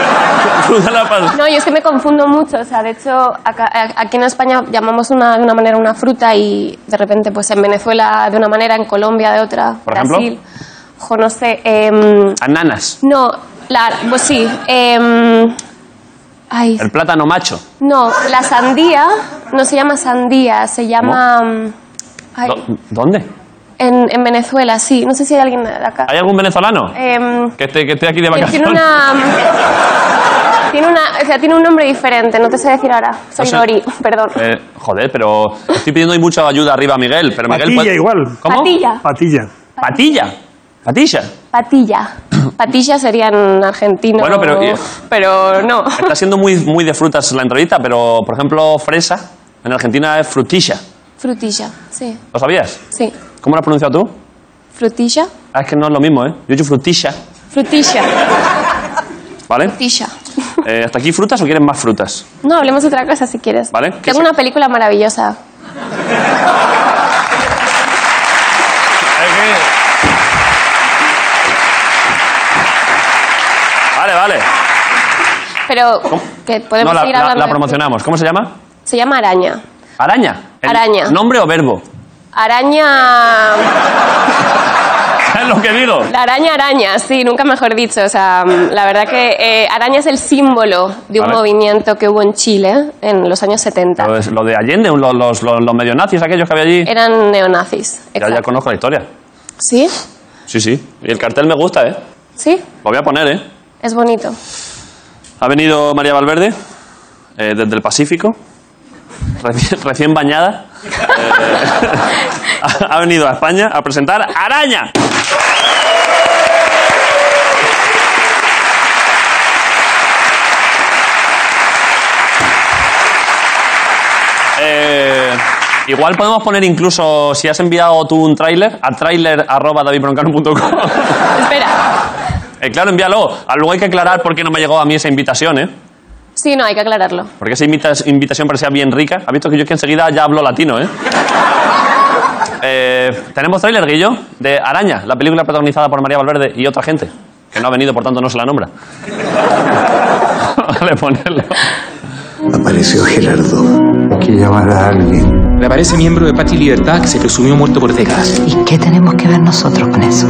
[SPEAKER 1] Fruta de la pasión.
[SPEAKER 19] No, yo es que me confundo mucho. O sea, de hecho, acá- a- aquí en España llamamos una, de una manera una fruta y de repente, pues en Venezuela de una manera, en Colombia de otra,
[SPEAKER 1] ¿Por ejemplo?
[SPEAKER 19] Brasil. Ojo, no sé. em,
[SPEAKER 1] Ananas.
[SPEAKER 19] no, la, pues sí. em, ay,
[SPEAKER 1] El plátano macho.
[SPEAKER 19] no, la sandía no se llama sandía, se llama. em, ay,
[SPEAKER 1] Do- ¿Dónde?
[SPEAKER 19] en, en Venezuela, sí. No sé si hay alguien de acá.
[SPEAKER 1] ¿Hay algún venezolano?
[SPEAKER 19] Em,
[SPEAKER 1] Que esté, que esté aquí de
[SPEAKER 19] Pero
[SPEAKER 1] vacaciones.
[SPEAKER 19] Tiene una. Tiene una. O sea, tiene un nombre diferente, no te sé decir ahora. Soy
[SPEAKER 1] O sea-
[SPEAKER 19] Dori, perdón.
[SPEAKER 1] Eh, joder, pero estoy pidiendo hoy mucha ayuda arriba a Miguel. Pero Miguel
[SPEAKER 8] Patilla
[SPEAKER 1] puede-
[SPEAKER 8] igual.
[SPEAKER 1] ¿Cómo?
[SPEAKER 19] Patilla.
[SPEAKER 8] Patilla.
[SPEAKER 1] Patilla. Patilla.
[SPEAKER 19] Patilla. Patilla sería en argentino.
[SPEAKER 1] Bueno, pero-
[SPEAKER 19] pero no.
[SPEAKER 1] Está siendo muy, muy de frutas la entrevista, pero por ejemplo, fresa en Argentina es frutilla.
[SPEAKER 19] Frutilla, sí.
[SPEAKER 1] ¿Lo sabías?
[SPEAKER 19] Sí.
[SPEAKER 1] ¿Cómo lo has pronunciado tú?
[SPEAKER 19] Frutilla.
[SPEAKER 1] Ah, es que no es lo mismo, ¿eh? Yo he dicho frutilla,
[SPEAKER 19] Frutilla.
[SPEAKER 1] ¿vale?
[SPEAKER 19] Frutilla.
[SPEAKER 1] Eh, ¿Hasta aquí frutas o quieren más frutas?
[SPEAKER 19] No, hablemos de otra cosa si quieres.
[SPEAKER 1] ¿Vale? ¿Qué
[SPEAKER 19] Tengo una película maravillosa.
[SPEAKER 1] Vale, vale.
[SPEAKER 19] Pero que podemos
[SPEAKER 1] No, la,
[SPEAKER 19] seguir
[SPEAKER 1] la-
[SPEAKER 19] hablando.
[SPEAKER 1] la
[SPEAKER 19] de-
[SPEAKER 1] promocionamos. ¿Cómo se llama?
[SPEAKER 19] Se llama Araña.
[SPEAKER 1] Araña. ¿El
[SPEAKER 19] Araña.
[SPEAKER 1] ¿Nombre o verbo?
[SPEAKER 19] Araña.
[SPEAKER 1] Es lo que digo.
[SPEAKER 19] La araña araña, sí, nunca mejor dicho. O sea, mm, la verdad que eh, araña es el símbolo de un
[SPEAKER 1] Vale.
[SPEAKER 19] movimiento que hubo en Chile en los años 70.
[SPEAKER 1] Lo de, Pues lo de Allende, los, los, los, los medio nazis aquellos que había allí.
[SPEAKER 19] Eran neonazis.
[SPEAKER 1] Ya, ya conozco la historia.
[SPEAKER 19] ¿Sí?
[SPEAKER 1] Sí, sí. Y el cartel me gusta, ¿eh?
[SPEAKER 19] ¿Sí?
[SPEAKER 1] Lo voy a poner, ¿eh?
[SPEAKER 19] Es bonito.
[SPEAKER 1] Ha venido María Valverde, eh, desde el Pacífico, recién, recién bañada. Eh, ha, ha venido a España a presentar Araña. Eh, igual podemos poner incluso, si has enviado tú un tráiler, a trailer.davidbroncano.com.
[SPEAKER 19] Espera.
[SPEAKER 1] Eh, claro, envíalo. Ah, Luego hay que aclarar por qué no me llegó a mí esa invitación, ¿eh?
[SPEAKER 19] Sí, no, hay que aclararlo.
[SPEAKER 1] Porque esa invita- invitación parecía bien rica. ¿Has visto que yo es que enseguida ya hablo latino, eh? Eh, Tenemos tráiler, Guillo, de Araña, la película protagonizada por María Valverde y otra gente, que no ha venido, por tanto no se la nombra. vale, ponerlo.
[SPEAKER 21] Apareció Gerardo. Que llamar a alguien.
[SPEAKER 22] Reaparece miembro de Pati Libertad que se presumió muerto por décadas.
[SPEAKER 23] ¿Y qué tenemos
[SPEAKER 6] Ah,
[SPEAKER 23] que ver nosotros con eso?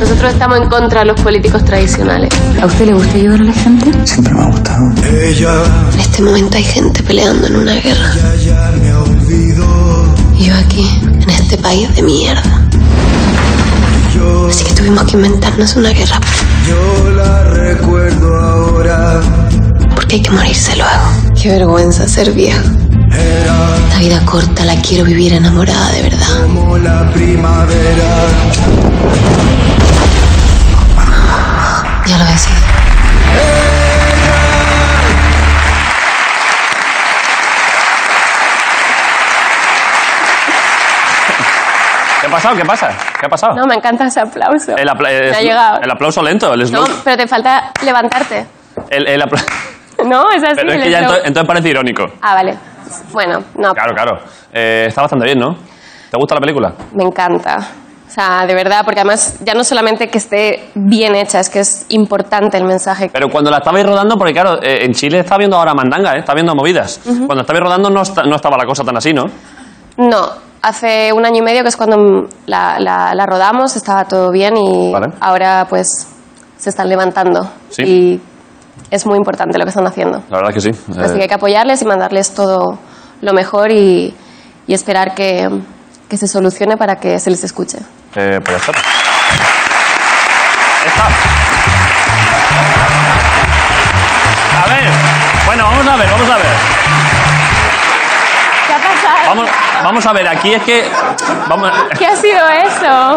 [SPEAKER 19] Nosotros estamos en contra de los políticos tradicionales.
[SPEAKER 23] ¿A usted le gusta ayudar a la gente? Siempre me ha gustado.
[SPEAKER 19] En este momento hay gente peleando en una guerra. Y yo aquí, en este país de mierda. Así que tuvimos que inventarnos una guerra.
[SPEAKER 4] Yo la recuerdo ahora.
[SPEAKER 19] Porque hay que morirse luego. Qué vergüenza ser vieja. La vida corta la quiero vivir enamorada de verdad.
[SPEAKER 4] Como la primavera.
[SPEAKER 19] Ya lo decido.
[SPEAKER 1] ¿Qué ha pasado? ¿Qué pasa? ¿Qué ha pasado?
[SPEAKER 19] No, me encanta ese aplauso.
[SPEAKER 1] El, apla- eh,
[SPEAKER 19] ha
[SPEAKER 1] slu-
[SPEAKER 19] llegado.
[SPEAKER 1] el aplauso lento, el
[SPEAKER 19] No,
[SPEAKER 1] slow.
[SPEAKER 19] pero te falta levantarte.
[SPEAKER 1] El- el apla-
[SPEAKER 19] No, es así.
[SPEAKER 1] Pero es
[SPEAKER 19] el
[SPEAKER 1] que ya
[SPEAKER 19] slow.
[SPEAKER 1] ento- entonces parece irónico.
[SPEAKER 19] Ah, vale. Bueno, no,
[SPEAKER 1] Claro, claro. Eh, está bastante bien, ¿no? ¿Te gusta la película?
[SPEAKER 19] me encanta. O sea, de verdad, porque además ya no solamente que esté bien hecha, es que es importante el mensaje.
[SPEAKER 1] Pero cuando la estabais rodando, porque claro, eh, en Chile está viendo ahora mandanga, ¿eh? está viendo movidas.
[SPEAKER 19] Ujú.
[SPEAKER 1] Cuando estabais rodando no, esta- no estaba la cosa tan así, ¿no?
[SPEAKER 19] No, hace un año y medio que es cuando mm, la, la- la rodamos, estaba todo bien y ahora pues se están levantando.
[SPEAKER 1] Sí. Eh.
[SPEAKER 19] Y es muy importante lo que están haciendo.
[SPEAKER 1] La verdad que sí.
[SPEAKER 19] Así que hay que apoyarles y mandarles todo lo mejor y, y esperar que, que se solucione para que se les escuche.
[SPEAKER 1] Eh, pues ya está. A ver. Bueno, vamos a ver, vamos a ver.
[SPEAKER 19] ¿Qué ha pasado?
[SPEAKER 1] Vamos, vamos a ver, aquí es que. Vamos,
[SPEAKER 19] ¿Qué ha sido eso?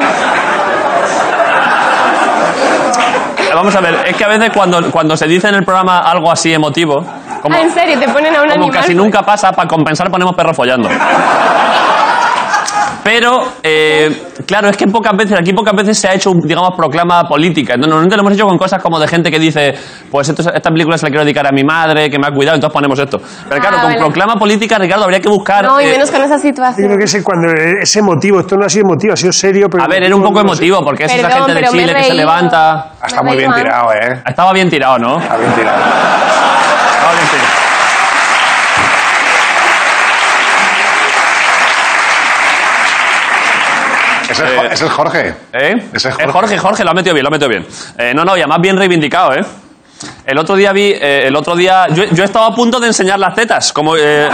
[SPEAKER 1] vamos a ver, es que a veces cuando, cuando se dice en el programa algo así emotivo, como,
[SPEAKER 19] Ah, en serio, te ponen a un
[SPEAKER 1] como
[SPEAKER 19] animal.
[SPEAKER 1] casi nunca pasa, para compensar ponemos perros follando. Pero, eh, claro, es que pocas veces, aquí pocas veces se ha hecho, digamos, proclama política. Entonces, Normalmente lo hemos hecho con cosas como de gente que dice, pues esto- esta película se la quiero dedicar a mi madre, que me ha cuidado, entonces ponemos esto. Pero claro,
[SPEAKER 19] Ah,
[SPEAKER 1] con
[SPEAKER 19] vale.
[SPEAKER 1] proclama política, Ricardo, habría que buscar...
[SPEAKER 19] No, y
[SPEAKER 1] eh,
[SPEAKER 19] menos con esa
[SPEAKER 8] Yo
[SPEAKER 19] situación.
[SPEAKER 8] creo que ese, cuando ese motivo, esto no ha sido emotivo, ha sido serio, pero...
[SPEAKER 1] A ver, era un poco emotivo, porque es esa
[SPEAKER 19] Perdón,
[SPEAKER 1] gente de
[SPEAKER 19] pero me he
[SPEAKER 1] Chile que se
[SPEAKER 19] reído.
[SPEAKER 1] levanta.
[SPEAKER 19] Me Está muy he reído bien
[SPEAKER 1] tirado, ¿eh? Estaba bien tirado, ¿no? Está bien tirado. bien tirado.
[SPEAKER 3] Ese es, Jo- ese es Jorge.
[SPEAKER 1] ¿Eh?
[SPEAKER 3] Ese es
[SPEAKER 1] Eh, Jorge, Jorge, lo ha metido bien, lo ha metido bien. Eh, no, no, y además bien reivindicado, ¿eh? El otro día vi, eh, el otro día, yo, yo he estado a punto de enseñar las tetas, como eh,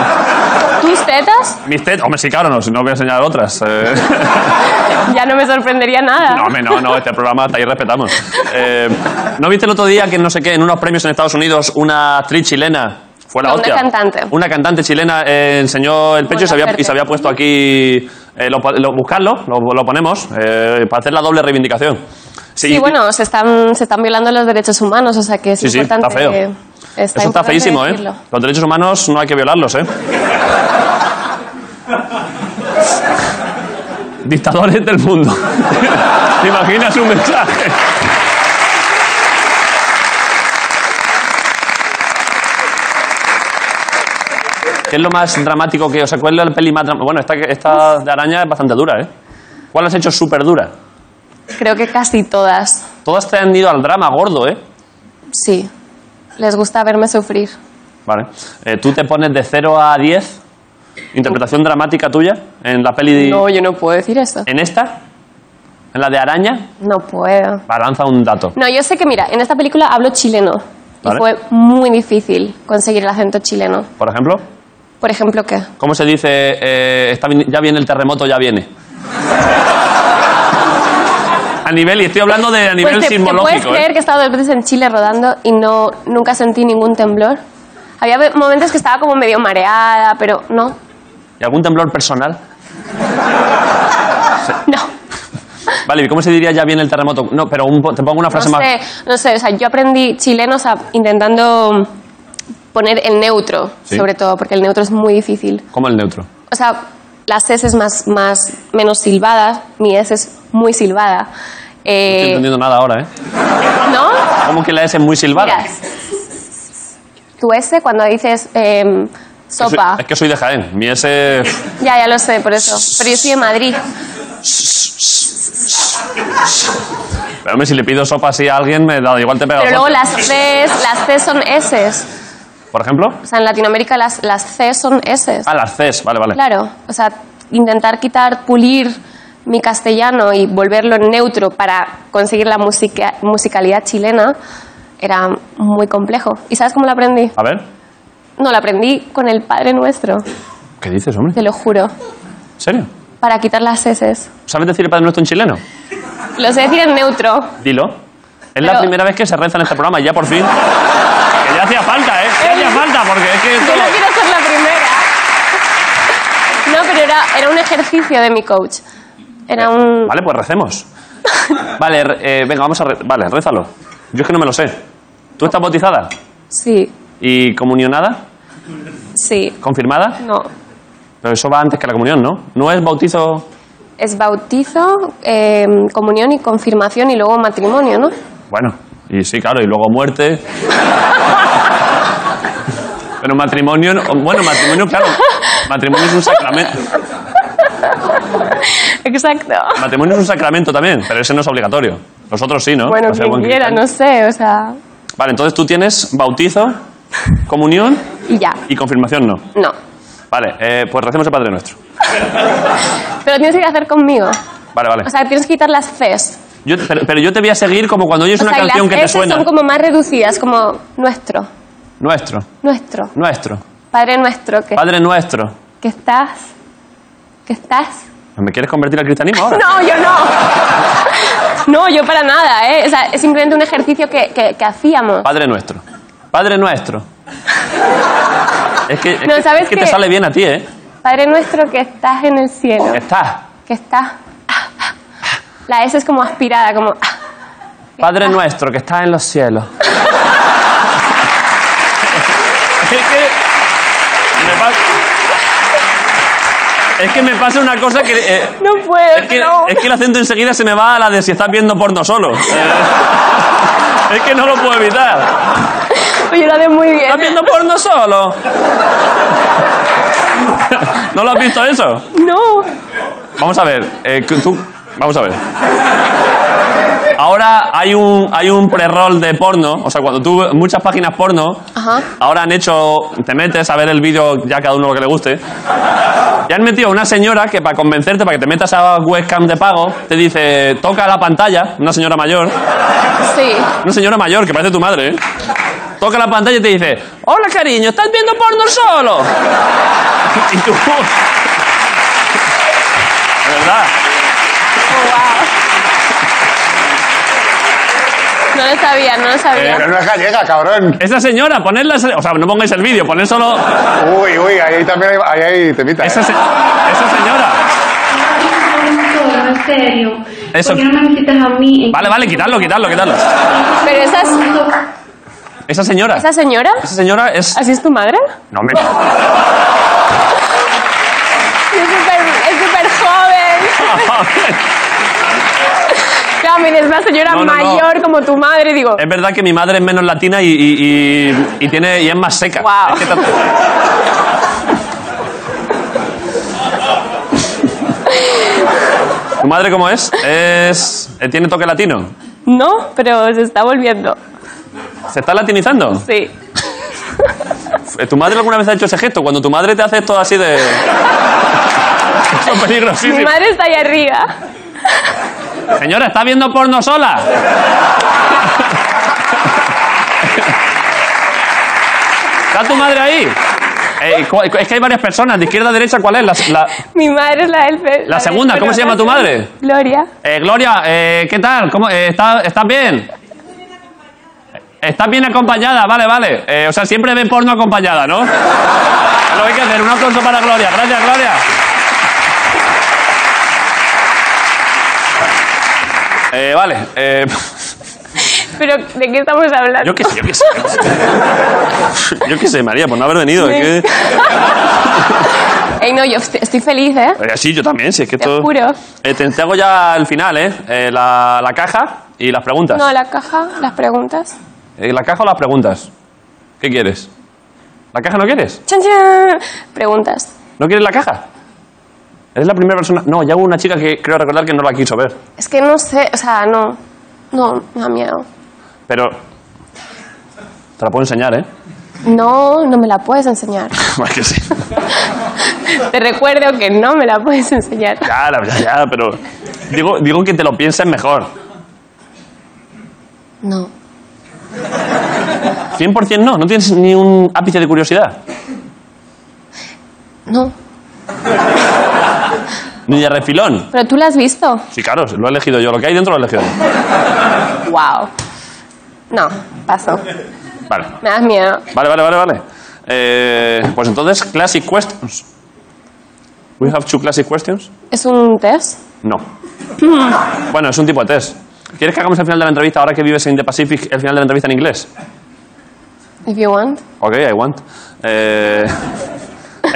[SPEAKER 19] ¿Tus tetas?
[SPEAKER 1] mis tetas, hombre, sí, claro, no, si no voy a enseñar otras. eh.
[SPEAKER 19] Ya no me sorprendería nada.
[SPEAKER 1] No, hombre, no, no, este programa hasta ahí respetamos. Eh, ¿No viste el otro día que no sé qué, en unos premios en Estados Unidos, una actriz chilena fue la
[SPEAKER 19] No, una
[SPEAKER 1] hostia?
[SPEAKER 19] cantante.
[SPEAKER 1] Una cantante chilena eh, enseñó el pecho y se, había,
[SPEAKER 19] suerte.
[SPEAKER 1] y se había puesto aquí, eh, lo, lo- buscarlo, lo, lo ponemos, eh, para hacer la doble reivindicación.
[SPEAKER 19] Sí, bueno, se están, se están violando los derechos humanos, o sea que es
[SPEAKER 1] Sí, sí, está
[SPEAKER 19] importante
[SPEAKER 1] feo.
[SPEAKER 19] que- está
[SPEAKER 1] Eso está
[SPEAKER 19] importante
[SPEAKER 1] feísimo, ¿eh?
[SPEAKER 19] decirlo.
[SPEAKER 1] Los derechos humanos no hay que violarlos, ¿eh? Dictadores del mundo. ¿Te imaginas un mensaje? ¿Qué es lo más dramático que... O sea, ¿cuál es la peli más dramática? Bueno, esta, que- esta de araña es bastante dura, ¿eh? ¿Cuál has hecho súper dura?
[SPEAKER 19] Creo que casi todas,
[SPEAKER 1] Todas te han ido al drama gordo, ¿eh?
[SPEAKER 19] sí. Les gusta verme sufrir.
[SPEAKER 1] Vale. Eh, ¿Tú te pones de 0 a 10? ¿Interpretación dramática tuya en la peli? de-
[SPEAKER 19] No, yo no puedo decir eso.
[SPEAKER 1] ¿En esta? ¿En la de araña?
[SPEAKER 19] No puedo.
[SPEAKER 1] Va, lanza un dato.
[SPEAKER 19] No, yo sé que, mira, en esta película hablo chileno.
[SPEAKER 1] Vale.
[SPEAKER 19] Y fue muy difícil conseguir el acento chileno.
[SPEAKER 1] Por ejemplo,
[SPEAKER 19] Por ejemplo, ¿qué?
[SPEAKER 1] ¿cómo se dice eh, está vin- ya viene el terremoto, ya viene? a nivel, y estoy hablando de a nivel
[SPEAKER 19] Pues te, te puedes
[SPEAKER 1] sismológico. ¿eh?
[SPEAKER 19] creer que he estado dos veces en Chile rodando y no, nunca sentí ningún temblor. Había ve- momentos que estaba como medio mareada, pero no.
[SPEAKER 1] ¿Y algún temblor personal? no. Vale, ¿y cómo se diría ya viene el terremoto? No, pero un po- te pongo una
[SPEAKER 19] No
[SPEAKER 1] frase más.
[SPEAKER 19] sé, no sé, o sea, yo aprendí chileno o sea, intentando poner el neutro,
[SPEAKER 1] Sí.
[SPEAKER 19] sobre todo, porque el neutro es muy difícil.
[SPEAKER 1] ¿Cómo el neutro?
[SPEAKER 19] O sea, las S es más, más, menos silbada, mi S es muy silbada.
[SPEAKER 1] No estoy
[SPEAKER 19] Eh,
[SPEAKER 1] entendiendo nada ahora, ¿eh?
[SPEAKER 19] ¿No?
[SPEAKER 1] ¿Cómo que la S es muy silbada?
[SPEAKER 19] Mira, tu S cuando dices em,
[SPEAKER 1] Que soy-
[SPEAKER 19] sopa.
[SPEAKER 1] es que soy de Jaén. Mi ese.
[SPEAKER 19] Ya, ya lo sé, por eso. Pero yo soy de Madrid.
[SPEAKER 1] Pero hombre, si le pido sopa así a alguien, me da igual te pega.
[SPEAKER 19] Pero luego
[SPEAKER 1] fuerte.
[SPEAKER 19] las Cs, las Cs son S.
[SPEAKER 1] Por ejemplo.
[SPEAKER 19] O sea, en Latinoamérica las, las Cs son S.
[SPEAKER 1] Ah, las Cs, vale, vale.
[SPEAKER 19] Claro, o sea, intentar quitar, pulir mi castellano y volverlo en neutro para conseguir la musica- musicalidad chilena era muy complejo. ¿Y sabes cómo lo aprendí?
[SPEAKER 1] A ver,
[SPEAKER 19] No, lo aprendí con el Padre Nuestro,
[SPEAKER 1] ¿qué dices, hombre?
[SPEAKER 19] te lo juro,
[SPEAKER 1] ¿En serio?
[SPEAKER 19] para quitar las S.
[SPEAKER 1] ¿Sabes decir el Padre Nuestro en chileno?
[SPEAKER 19] Lo sé decir en neutro.
[SPEAKER 1] Dilo. Es la
[SPEAKER 19] Pero-
[SPEAKER 1] primera vez que se reza en este programa y ya por fin. Que ya hacía falta, ¿eh? Ya hacía falta, porque es que.
[SPEAKER 19] Yo
[SPEAKER 1] esto-
[SPEAKER 19] no quiero ser la primera. No, pero era, era un ejercicio de mi coach. Era un...
[SPEAKER 1] Vale, pues recemos. Vale, re- eh, venga, vamos a. re- Vale, rézalo. Yo es que no me lo sé. ¿Tú estás bautizada?
[SPEAKER 19] Sí,
[SPEAKER 1] ¿Y comunionada?
[SPEAKER 19] sí,
[SPEAKER 1] ¿Confirmada?
[SPEAKER 19] no.
[SPEAKER 1] Pero eso va antes que la comunión, ¿no? No es bautizo.
[SPEAKER 19] Es bautizo, eh, comunión y confirmación y luego matrimonio, ¿no?
[SPEAKER 1] Bueno, y sí, claro, y luego muerte. Pero matrimonio, no- bueno, matrimonio, claro. Matrimonio es un sacramento.
[SPEAKER 19] Exacto.
[SPEAKER 1] Matrimonio es un sacramento también, pero ese no es obligatorio. Los otros sí, ¿no?
[SPEAKER 19] Bueno,
[SPEAKER 1] Para ser
[SPEAKER 19] quien
[SPEAKER 1] buen
[SPEAKER 19] quiera, no
[SPEAKER 1] cristiano.
[SPEAKER 19] sé, o sea...
[SPEAKER 1] Vale, entonces tú tienes bautizo, comunión
[SPEAKER 19] Y ya,
[SPEAKER 1] y confirmación no.
[SPEAKER 19] no.
[SPEAKER 1] Vale, eh, pues recemos el Padre Nuestro.
[SPEAKER 19] Pero tienes que hacer conmigo.
[SPEAKER 1] Vale, vale.
[SPEAKER 19] O sea, tienes que quitar las Cs.
[SPEAKER 1] Yo- pero, pero yo te voy a seguir como cuando oyes
[SPEAKER 19] o
[SPEAKER 1] una
[SPEAKER 19] sea, y
[SPEAKER 1] canción que
[SPEAKER 19] las
[SPEAKER 1] te
[SPEAKER 19] S
[SPEAKER 1] suena.
[SPEAKER 19] son como más reducidas, como nuestro,
[SPEAKER 1] Nuestro,
[SPEAKER 19] nuestro,
[SPEAKER 1] nuestro,
[SPEAKER 19] Padre nuestro, que,
[SPEAKER 1] Padre Nuestro.
[SPEAKER 19] que estás, que estás...
[SPEAKER 1] ¿Me quieres convertir al cristianismo ahora?
[SPEAKER 19] No, yo no. No, yo para nada, ¿eh? O sea, es simplemente un ejercicio que, que- que hacíamos.
[SPEAKER 1] Padre Nuestro. Padre nuestro. Es que, es
[SPEAKER 19] No,
[SPEAKER 1] que-
[SPEAKER 19] ¿sabes
[SPEAKER 1] es que
[SPEAKER 19] qué?
[SPEAKER 1] te sale bien a ti, ¿eh?
[SPEAKER 19] Padre nuestro que estás en el cielo.
[SPEAKER 1] Estás.
[SPEAKER 19] Que estás. ah, La S es como aspirada, como. ah.
[SPEAKER 1] Padre nuestro que estás en los cielos. Me pa- Es que me pasa una cosa que... eh,
[SPEAKER 19] No puedo.
[SPEAKER 1] es, que, es que el acento enseguida se me va a la de si estás viendo porno solo. Eh, es que no lo puedo evitar.
[SPEAKER 19] Oye, lo haces muy bien.
[SPEAKER 1] ¿Estás viendo porno solo? ¿No lo has visto eso?
[SPEAKER 19] No.
[SPEAKER 1] Vamos a ver, eh, que tú- Vamos a ver. Ahora hay un, hay un pre-roll de porno. O sea, cuando tú... Muchas páginas porno
[SPEAKER 19] Ajá.
[SPEAKER 1] ahora han hecho... Te metes a ver el vídeo ya cada uno lo que le guste. Y han metido a una señora que para convencerte, para que te metas a webcam de pago, te dice, toca la pantalla, una señora mayor.
[SPEAKER 19] Sí.
[SPEAKER 1] Una señora mayor, que parece tu madre, ¿eh? Toca la pantalla y te dice, hola cariño, ¿estás viendo porno solo? y tú... De verdad.
[SPEAKER 19] No lo sabía, no lo sabía.
[SPEAKER 1] Eh, no es gallega, cabrón. Esa señora, ponedla... O sea, no pongáis el vídeo, poned solo...
[SPEAKER 3] Uy, uy, ahí también hay, ahí hay temita. ¿eh?
[SPEAKER 1] Esa, señora.
[SPEAKER 24] No, en serio.
[SPEAKER 1] Eso.
[SPEAKER 24] ¿Por qué no me visitas a mí?
[SPEAKER 1] Vale, vale, quitadlo, quitadlo, quitadlo.
[SPEAKER 19] Pero esa es.
[SPEAKER 1] Esa señora.
[SPEAKER 19] ¿Esa señora?
[SPEAKER 1] Esa señora es...
[SPEAKER 19] ¿Así es tu madre?
[SPEAKER 1] No, hombre.
[SPEAKER 19] Sí, Es súper es súper joven. Claro, me dices, una señora
[SPEAKER 1] No, no, no.
[SPEAKER 19] mayor como tu madre, y digo.
[SPEAKER 1] Es verdad que mi madre es menos latina y, y- y- y tiene, y es más seca.
[SPEAKER 19] Wow.
[SPEAKER 1] Es que tanto- ¿Tu madre cómo es? es? eh, ¿Tiene toque latino?
[SPEAKER 19] No, pero se está volviendo.
[SPEAKER 1] ¿Se está latinizando?
[SPEAKER 19] Sí.
[SPEAKER 1] Eh, ¿Tu madre alguna vez ha hecho ese gesto? Cuando tu madre te hace esto así de... Eso es peligrosísimo.
[SPEAKER 19] Mi madre está ahí arriba.
[SPEAKER 1] Señora, ¿está viendo porno sola? ¿Está tu madre ahí? Eh, cu- es que hay varias personas, de izquierda a derecha, ¿cuál es? La, la-
[SPEAKER 19] Mi madre es la del. fe-
[SPEAKER 1] La
[SPEAKER 19] del-
[SPEAKER 1] segunda, ¿cómo
[SPEAKER 19] bueno,
[SPEAKER 1] se llama tu madre?
[SPEAKER 19] Gloria.
[SPEAKER 1] Eh, Gloria, eh, ¿qué tal? ¿Cómo, eh, ¿está- ¿Estás bien? Estás bien acompañada, vale, vale. Eh, o sea, siempre ve porno acompañada, ¿no? Es Lo que hay que hacer. Un aplauso para Gloria. Gracias, Gloria. Eh, vale. eh,
[SPEAKER 19] Pero, ¿de qué estamos hablando?
[SPEAKER 1] yo qué sé, yo qué sé. Yo qué sé, María, por no haber venido. es que-
[SPEAKER 19] Ey, no, yo est- estoy feliz, ¿eh?
[SPEAKER 1] Eh, sí, yo también, si es que
[SPEAKER 19] Te
[SPEAKER 1] todo...
[SPEAKER 19] juro.
[SPEAKER 1] Eh, te, te hago ya al final, ¿eh? Eh, la, la caja y las preguntas.
[SPEAKER 19] No, la caja, las preguntas.
[SPEAKER 1] Eh, ¿La caja o las preguntas? ¿Qué quieres? ¿La caja no quieres?
[SPEAKER 19] Chan, chan. Preguntas.
[SPEAKER 1] ¿No quieres la caja? Eres la primera persona. No, ya hubo una chica que creo recordar que no la quiso ver.
[SPEAKER 19] Es que no sé, o sea, no. No, me da miedo.
[SPEAKER 1] Pero. Te la puedo enseñar, ¿eh?
[SPEAKER 19] No, no me la puedes enseñar.
[SPEAKER 1] Más que sí.
[SPEAKER 19] Te recuerdo que no me la puedes enseñar.
[SPEAKER 1] Ya, la- ya, ya, pero. Digo, digo que te lo pienses mejor.
[SPEAKER 19] No.
[SPEAKER 1] 100% no, no tienes ni un ápice de curiosidad.
[SPEAKER 19] No.
[SPEAKER 1] Ni de refilón.
[SPEAKER 19] Pero tú la has visto.
[SPEAKER 1] Sí, claro, lo he elegido yo. Lo que hay dentro lo he elegido yo.
[SPEAKER 19] Wow. No, paso.
[SPEAKER 1] Vale.
[SPEAKER 19] Me das miedo.
[SPEAKER 1] Vale, vale, vale, vale. Eh, pues entonces, classic questions. We have two classic questions.
[SPEAKER 19] ¿Es un test?
[SPEAKER 1] No. Bueno, es un tipo de test. ¿Quieres que hagamos el final de la entrevista ahora que vives en The Pacific, el final de la entrevista en inglés?
[SPEAKER 19] If you want.
[SPEAKER 1] Ok, I want. Eh,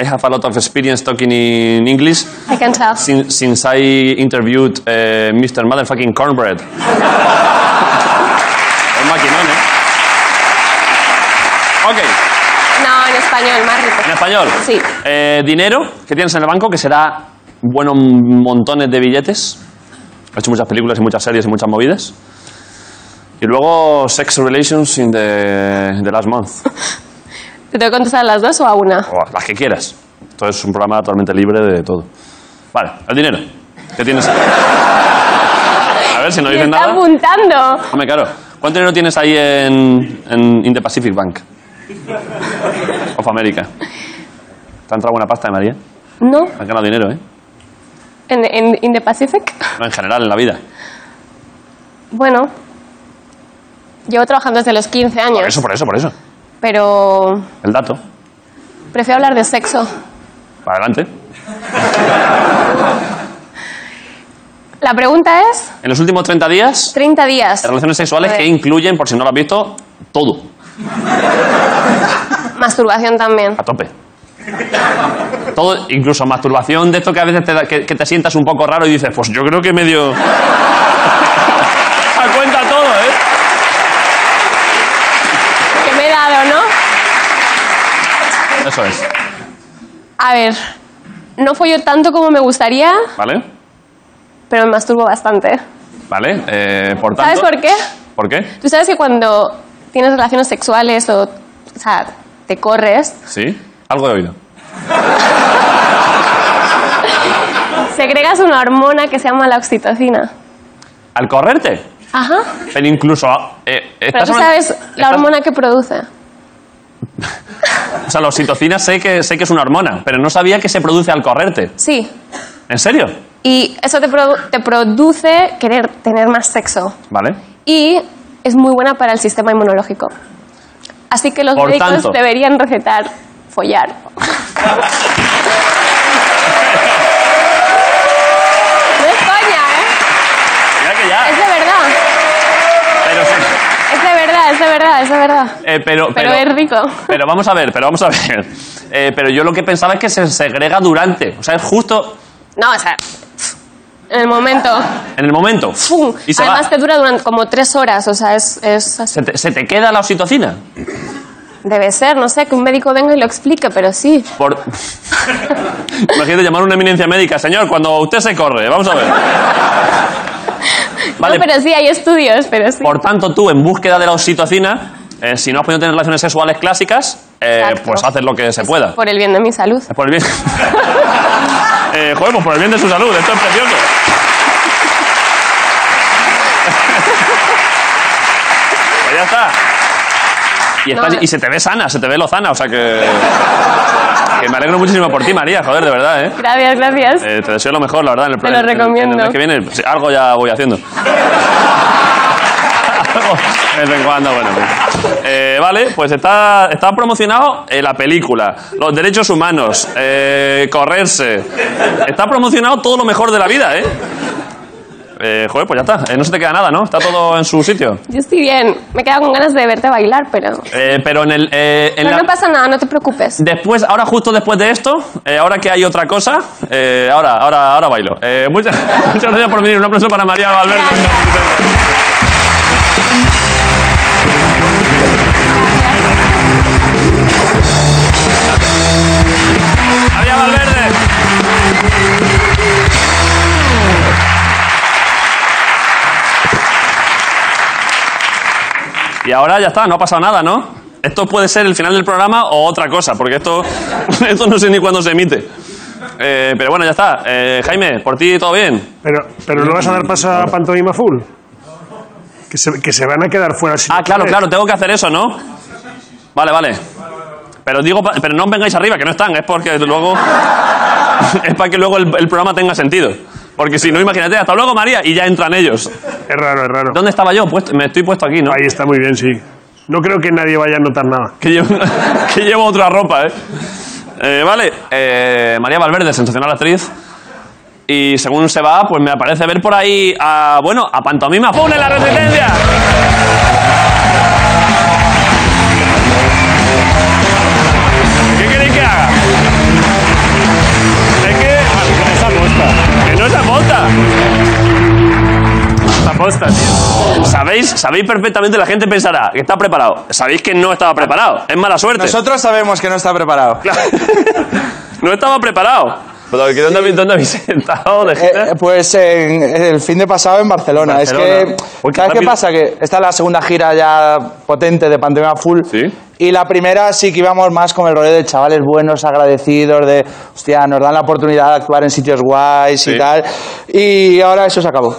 [SPEAKER 1] I have a lot of experience talking in English
[SPEAKER 19] I can tell.
[SPEAKER 1] since, since I interviewed eh, Mr. Motherfucking Cornbread. Un maquinón, ¿eh? Ok,
[SPEAKER 19] No, en español, más rico.
[SPEAKER 1] en español.
[SPEAKER 19] Sí.
[SPEAKER 1] Eh, dinero que tienes en el banco que será buenos montones de billetes. He hecho muchas películas y muchas series y muchas movidas. Y luego sex relations in the, in the last month.
[SPEAKER 19] ¿Te tengo que contestar las dos o a una?
[SPEAKER 1] O las que quieras. Esto es un programa totalmente libre de todo. Vale, el dinero. ¿Qué tienes? A ver si no
[SPEAKER 19] Me
[SPEAKER 1] dicen
[SPEAKER 19] está
[SPEAKER 1] nada.
[SPEAKER 19] apuntando.
[SPEAKER 1] Hombre, claro. ¿Cuánto dinero tienes ahí en, en in the Pacific Bank? Of America. ¿Te ha entrado buena pasta de María?
[SPEAKER 19] No.
[SPEAKER 1] Has ganado dinero, ¿eh?
[SPEAKER 19] ¿En, en in the Pacific?
[SPEAKER 1] No, en general, en la vida.
[SPEAKER 19] Bueno. Llevo trabajando desde los 15 años.
[SPEAKER 1] Por eso, por eso, por eso.
[SPEAKER 19] pero
[SPEAKER 1] El dato.
[SPEAKER 19] prefiero hablar de sexo.
[SPEAKER 1] Para adelante.
[SPEAKER 19] La pregunta es,
[SPEAKER 1] En los últimos 30 días,
[SPEAKER 19] 30 días,
[SPEAKER 1] relaciones sexuales
[SPEAKER 19] A ver.
[SPEAKER 1] que incluyen, por si no lo has visto, todo.
[SPEAKER 19] masturbación también.
[SPEAKER 1] A tope. Todo, incluso masturbación de esto que a veces te, da- que, que te sientas un poco raro y dices, pues yo creo que medio... A cuenta todo, ¿eh?
[SPEAKER 19] Que me he dado, ¿no?
[SPEAKER 1] Eso es,
[SPEAKER 19] A ver, no follo tanto como me gustaría,
[SPEAKER 1] ¿vale?
[SPEAKER 19] pero me masturbo bastante.
[SPEAKER 1] ¿Vale? Eh, por tanto,
[SPEAKER 19] ¿Sabes por qué?
[SPEAKER 1] ¿Por qué?
[SPEAKER 19] Tú sabes que cuando tienes relaciones sexuales o, o sea, te corres,
[SPEAKER 1] ¿Sí? Algo he oído.
[SPEAKER 19] segregas una hormona que se llama la oxitocina.
[SPEAKER 1] ¿Al correrte?
[SPEAKER 19] Ajá.
[SPEAKER 1] Pero incluso... eh,
[SPEAKER 19] Pero
[SPEAKER 1] estás
[SPEAKER 19] tú
[SPEAKER 1] hablando-
[SPEAKER 19] sabes la hormona que produce.
[SPEAKER 1] O sea, la oxitocina sé que, sé que es una hormona, pero no sabía que se produce al correrte.
[SPEAKER 19] Sí.
[SPEAKER 1] ¿En serio?
[SPEAKER 19] Y eso te, produ- te produce querer tener más sexo.
[SPEAKER 1] ¿Vale?
[SPEAKER 19] Y es muy buena para el sistema inmunológico. Así que los
[SPEAKER 1] Por
[SPEAKER 19] médicos
[SPEAKER 1] tanto.
[SPEAKER 19] deberían recetar follar. No es coña, ¿eh?
[SPEAKER 1] Mira que ya.
[SPEAKER 19] Es de verdad.
[SPEAKER 1] Pero,
[SPEAKER 19] Es de verdad, es de verdad, es de verdad.
[SPEAKER 1] eh, pero,
[SPEAKER 19] Pero, es rico.
[SPEAKER 1] pero vamos a ver, pero vamos a ver. Eh, pero yo lo que pensaba es que se segrega durante. O sea, es justo
[SPEAKER 19] No, o sea, en el momento.
[SPEAKER 1] en el momento.
[SPEAKER 19] ¡fum!
[SPEAKER 1] Y se
[SPEAKER 19] Además
[SPEAKER 1] va.
[SPEAKER 19] te dura durante como tres horas, o sea, es, es así.
[SPEAKER 1] Se te, se te queda la oxitocina.
[SPEAKER 19] Debe ser, no sé, que un médico venga y lo explique, pero sí.
[SPEAKER 1] Por... Imagínate llamar a una eminencia médica. Señor, cuando usted se corre, vamos a ver. Vale.
[SPEAKER 19] No, pero sí, hay estudios, pero sí.
[SPEAKER 1] Por tanto, tú, en búsqueda de la oxitocina, eh, si no has podido tener relaciones sexuales clásicas, eh,
[SPEAKER 19] Exacto.
[SPEAKER 1] pues haces lo que se pueda.
[SPEAKER 19] Por el bien de mi salud.
[SPEAKER 1] Por el bien. Eh, joder, pues por el bien de su salud, esto es precioso. pues ya está. Y, estás-
[SPEAKER 19] No.
[SPEAKER 1] y se te ve sana, se te ve lozana, o sea que. que me alegro muchísimo por ti, María, joder, de verdad, ¿eh?
[SPEAKER 19] Gracias, gracias.
[SPEAKER 1] Eh, te deseo lo mejor, la verdad, en el
[SPEAKER 19] Te lo
[SPEAKER 1] en- en- En
[SPEAKER 19] recomiendo.
[SPEAKER 1] el mes que viene, pues, algo ya voy haciendo. Algo, de vez en cuando, bueno. pues. Eh, vale, pues está, está promocionado eh, la película, los derechos humanos, eh, correrse. Está promocionado todo lo mejor de la vida, ¿eh? Eh, joder, pues ya está. Eh, no se te queda nada, ¿no? Está todo en su sitio.
[SPEAKER 19] Yo estoy bien. Me he quedado con ganas de verte bailar, pero.
[SPEAKER 1] Eh, pero en el. eh, en
[SPEAKER 19] No,
[SPEAKER 1] la-
[SPEAKER 19] no pasa nada, no te preocupes.
[SPEAKER 1] Después, ahora justo después de esto, eh, ahora que hay otra cosa, eh, ahora, ahora, ahora bailo. Eh, muchas, muchas gracias por venir. Un aplauso para María Valverde. María Valverde. Y ahora ya está, no ha pasado nada, ¿no? Esto puede ser el final del programa o otra cosa, porque esto, esto no sé ni cuándo se emite. Eh, pero bueno, ya está. Eh, Jaime, por ti todo bien.
[SPEAKER 8] Pero, pero no vas a dar paso a Pantomima Full. Que se, que se van a quedar fuera.
[SPEAKER 1] Ah, claro, claro, tengo que hacer eso, ¿no? Vale, vale. Pero digo, pa- pero no os vengáis arriba, que no están, es porque luego. es para que luego el, el programa tenga sentido. Porque si no, imagínate, hasta luego, María, y ya entran ellos. Es
[SPEAKER 8] raro, es raro.
[SPEAKER 1] ¿Dónde estaba yo? Puesto- me estoy puesto aquí, ¿no?
[SPEAKER 8] Ahí está muy bien, sí. No creo que nadie vaya a notar nada.
[SPEAKER 1] Que llevo, que llevo otra ropa, ¿eh? Eh, vale, eh, María Valverde, sensacional actriz. Y según se va, pues me aparece ver por ahí a, bueno, a Pantomima Full en la Resistencia. ¿Qué queréis que haga? Es que... ah, que no es aposta. Que no es aposta. Esta posta, tío. Sabéis, sabéis perfectamente, la gente pensará que está preparado. Sabéis que no estaba preparado. Es mala suerte.
[SPEAKER 25] Nosotros sabemos que no está preparado.
[SPEAKER 1] No estaba preparado. ¿Dónde, habéis- dónde habéis sentado? de gira?
[SPEAKER 25] Eh, pues en, el fin de pasado en Barcelona.
[SPEAKER 1] Barcelona.
[SPEAKER 25] Es que, ¿sabes qué
[SPEAKER 1] rápido.
[SPEAKER 25] pasa? Que esta es la segunda gira ya potente de Pantomima Full. Y la primera sí que íbamos más con el rollo de chavales buenos, agradecidos, de, hostia, nos dan la oportunidad de actuar en sitios guays
[SPEAKER 1] Sí.
[SPEAKER 25] y tal. Y ahora eso se acabó.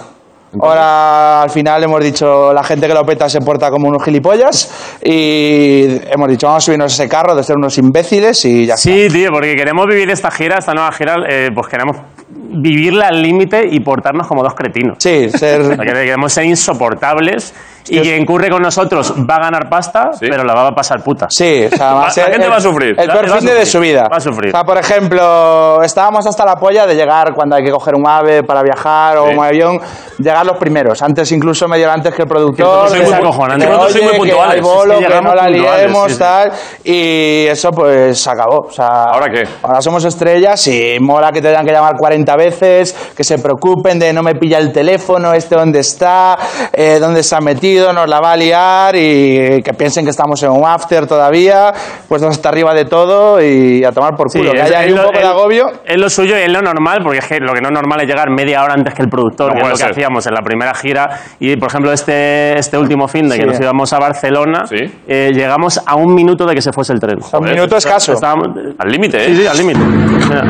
[SPEAKER 25] Ahora al final hemos dicho la gente que lo peta se porta como unos gilipollas y hemos dicho vamos a subirnos a ese carro de ser unos imbéciles y ya
[SPEAKER 26] Sí, tío, porque queremos vivir esta gira, esta nueva gira, eh, pues queremos vivirla al límite y portarnos como dos cretinos.
[SPEAKER 25] Sí, ser...
[SPEAKER 26] Queremos ser insoportables Y quien curre con nosotros va a ganar pasta, pero la va a pasar puta.
[SPEAKER 25] Sí, o sea, va a
[SPEAKER 26] la
[SPEAKER 25] ser
[SPEAKER 26] gente
[SPEAKER 25] el-
[SPEAKER 26] va a sufrir.
[SPEAKER 25] El
[SPEAKER 26] La-
[SPEAKER 25] peor
[SPEAKER 26] va a
[SPEAKER 25] fin de
[SPEAKER 26] sufrir,
[SPEAKER 25] de su vida.
[SPEAKER 26] Va a sufrir.
[SPEAKER 25] O sea, por ejemplo, estábamos hasta la polla de llegar cuando hay que coger un ave para viajar o un avión, llegar los primeros, antes incluso medio antes que el productor.
[SPEAKER 26] sois muy
[SPEAKER 25] que-
[SPEAKER 26] acojonantes.
[SPEAKER 25] que,
[SPEAKER 26] Vosotros sois muy
[SPEAKER 25] oye, que
[SPEAKER 26] puntuales.
[SPEAKER 25] hay bolo,
[SPEAKER 26] Es que
[SPEAKER 25] que no
[SPEAKER 26] llegamos
[SPEAKER 25] la
[SPEAKER 26] puntuales,
[SPEAKER 25] liemos,
[SPEAKER 26] sí, sí.
[SPEAKER 25] tal, y eso pues se acabó. O sea, ¿Ahora
[SPEAKER 1] qué?
[SPEAKER 25] Ahora somos estrellas y mola que te tengan que llamar 40 veces, que se preocupen de no me pilla el teléfono, este dónde está, eh, dónde se ha metido, nos la va a liar y que piensen que estamos en un after todavía, pues hasta arriba de todo y a tomar por
[SPEAKER 26] Sí,
[SPEAKER 25] culo. que
[SPEAKER 26] es-
[SPEAKER 25] haya ahí
[SPEAKER 26] es
[SPEAKER 25] un
[SPEAKER 26] lo-
[SPEAKER 25] poco de
[SPEAKER 26] es-
[SPEAKER 25] agobio.
[SPEAKER 26] Es lo suyo y es lo normal, porque es que lo que no es normal es llegar media hora antes que el productor,
[SPEAKER 1] No
[SPEAKER 26] que es
[SPEAKER 1] puede
[SPEAKER 26] lo que
[SPEAKER 1] ser.
[SPEAKER 26] hacíamos en la primera gira. Y, por ejemplo, este, este último fin de que
[SPEAKER 25] Sí.
[SPEAKER 26] nos íbamos a Barcelona, eh, llegamos a un minuto de que se fuese el tren.
[SPEAKER 25] un minuto escaso.
[SPEAKER 26] Al
[SPEAKER 1] límite, ¿eh?
[SPEAKER 26] Sí, sí, al límite. Mira.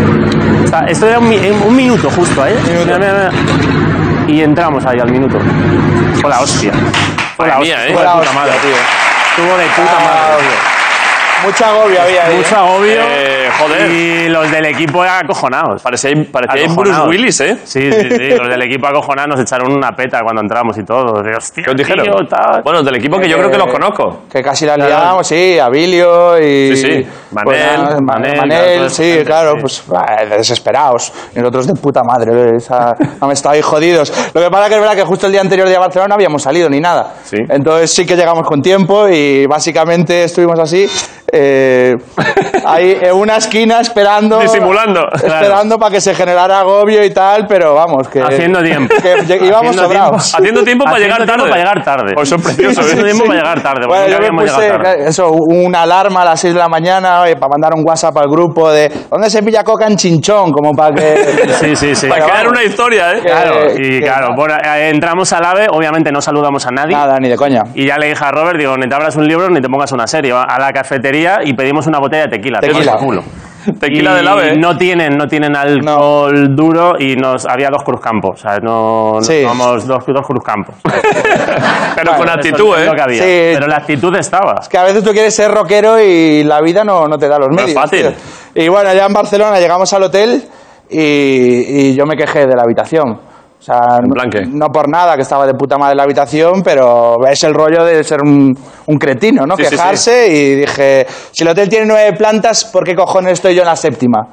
[SPEAKER 26] Está- esto era un, mi- eh, un minuto justo, ¿eh? Mira, mira, mira. Y entramos ahí al minuto. Fue la hostia. Fue la
[SPEAKER 1] Madre
[SPEAKER 26] hostia.
[SPEAKER 1] mía, ¿eh?
[SPEAKER 26] Fue
[SPEAKER 1] Fue
[SPEAKER 26] la
[SPEAKER 1] la
[SPEAKER 26] puta madre, tío. Estuvo de puta madre.
[SPEAKER 25] Ah, Mucho agobio había ahí.
[SPEAKER 26] Mucho
[SPEAKER 25] ¿eh?
[SPEAKER 26] agobio.
[SPEAKER 1] Eh, joder.
[SPEAKER 26] Y los del equipo acojonados.
[SPEAKER 1] Parecía, parecía Bruce
[SPEAKER 26] Acojonados.
[SPEAKER 1] Willis, ¿eh?
[SPEAKER 26] Sí, sí, sí. Los del equipo acojonados nos echaron una peta cuando entramos y todo. De, Hostia,
[SPEAKER 1] ¿Qué os dijeron?
[SPEAKER 26] tío, tal.
[SPEAKER 1] Bueno, del equipo que
[SPEAKER 25] Eh,
[SPEAKER 1] yo creo que los conozco.
[SPEAKER 25] Que casi la
[SPEAKER 26] Claro.
[SPEAKER 25] liamos, sí, Abilio y. pues,
[SPEAKER 1] Sí, sí. Manel,
[SPEAKER 25] nada, Man-
[SPEAKER 26] Manel,
[SPEAKER 25] Manel,
[SPEAKER 26] claro, toda esa
[SPEAKER 25] sí, claro, pues bah, desesperados. Y nosotros de puta madre, eh, esa- no estáis jodidos. Lo que pasa que es verdad que justo el día anterior de Barcelona no habíamos salido ni nada. Entonces sí que llegamos con tiempo y básicamente estuvimos así, eh, ahí en una esquina esperando.
[SPEAKER 1] Disimulando, claro.
[SPEAKER 25] Esperando para que se generara agobio y tal, pero vamos, que.
[SPEAKER 26] Haciendo tiempo.
[SPEAKER 25] eh, que lle- íbamos
[SPEAKER 26] Haciendo
[SPEAKER 25] sobrados.
[SPEAKER 26] tiempo. Haciendo tiempo para llegar tarde.
[SPEAKER 1] Por eso es precioso,
[SPEAKER 26] Haciendo
[SPEAKER 1] ¿eh?
[SPEAKER 26] tiempo para llegar tarde. porque
[SPEAKER 25] Bueno,
[SPEAKER 26] nunca
[SPEAKER 25] yo me
[SPEAKER 26] habíamos
[SPEAKER 25] puse
[SPEAKER 26] llegado tarde.
[SPEAKER 25] claro, eso, una alarma a las 6 de la mañana oye, para mandar un WhatsApp al grupo de ¿dónde se pilla coca en Chinchón? Como para que...
[SPEAKER 26] Sí, sí, sí.
[SPEAKER 25] Para crear
[SPEAKER 1] una historia, ¿eh?
[SPEAKER 26] Claro,
[SPEAKER 25] Que-
[SPEAKER 26] y
[SPEAKER 25] que-
[SPEAKER 26] claro, bueno, eh, entramos al AVE, obviamente no saludamos a nadie.
[SPEAKER 25] Nada, ni de coña.
[SPEAKER 26] Y ya le dije a Robert, digo, ni te abras un libro ni te pongas una serie. Va A la cafetería y pedimos una botella de tequila.
[SPEAKER 25] Tequila.
[SPEAKER 26] Toma culo.
[SPEAKER 1] Tequila
[SPEAKER 26] Y
[SPEAKER 1] del AVE, ¿eh?
[SPEAKER 26] No tienen, no tienen alcohol duro y nos había dos cruzcampos. O sea, no, no
[SPEAKER 25] Sí.
[SPEAKER 26] tomamos dos, dos cruzcampos.
[SPEAKER 1] Pero con
[SPEAKER 26] Eso
[SPEAKER 1] actitud,
[SPEAKER 26] es
[SPEAKER 1] ¿eh?
[SPEAKER 26] lo que había.
[SPEAKER 25] Sí.
[SPEAKER 26] Pero la actitud estaba.
[SPEAKER 25] que a veces tú quieres ser rockero y la vida no, no te da los
[SPEAKER 1] No es
[SPEAKER 25] medios.
[SPEAKER 1] fácil.
[SPEAKER 25] tío. Y bueno, ya en Barcelona llegamos al hotel y, y yo me quejé de la habitación. O sea, no-
[SPEAKER 1] plan qué?
[SPEAKER 25] no por nada que estaba de puta madre la habitación, pero es el rollo de ser un, un cretino, ¿no?
[SPEAKER 1] Sí, sí,
[SPEAKER 25] Quejarse y dije, si el hotel tiene nueve plantas, ¿por qué cojones estoy yo en la séptima?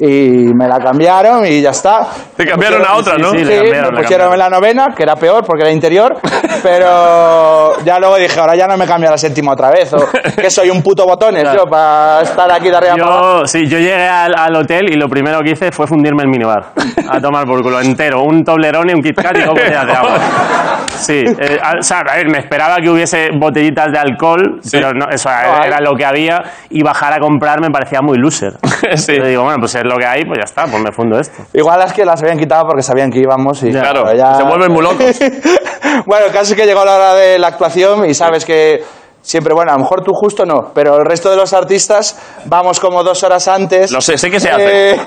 [SPEAKER 25] Y me la cambiaron y ya está.
[SPEAKER 1] Te cambiaron a otra,
[SPEAKER 26] Sí,
[SPEAKER 1] ¿no?
[SPEAKER 26] sí,
[SPEAKER 25] Sí,
[SPEAKER 26] le cambiaron, le
[SPEAKER 25] me pusieron en la novena, que era peor porque era interior, pero ya luego dije, ahora ya no me cambio a la séptima otra vez, o que soy un puto botones yo para estar aquí de arriba para abajo.
[SPEAKER 26] Yo, sí, yo llegué al, al hotel y lo primero que hice fue fundirme el minibar. A tomar por culo entero. Un Toblerone, un Kit Kat y dos botellas de agua. Sí. eh, a, o sea, a ver, me esperaba que hubiese botellitas de alcohol, pero no, eso era, era lo que había. Y bajar a comprar me parecía muy loser. Sí. Yo digo, bueno, pues es lo que hay, pues ya está, pues me fundo esto.
[SPEAKER 25] Igual las que las habían quitado porque sabían que íbamos y
[SPEAKER 1] Claro,
[SPEAKER 25] pero ya-
[SPEAKER 1] se vuelven muy locos.
[SPEAKER 25] bueno, casi que llegó la hora de la actuación y sabes que siempre, bueno, a lo mejor tú justo no, pero el resto de los artistas vamos como dos horas antes. Eh,
[SPEAKER 1] Lo sé, sé que se hace.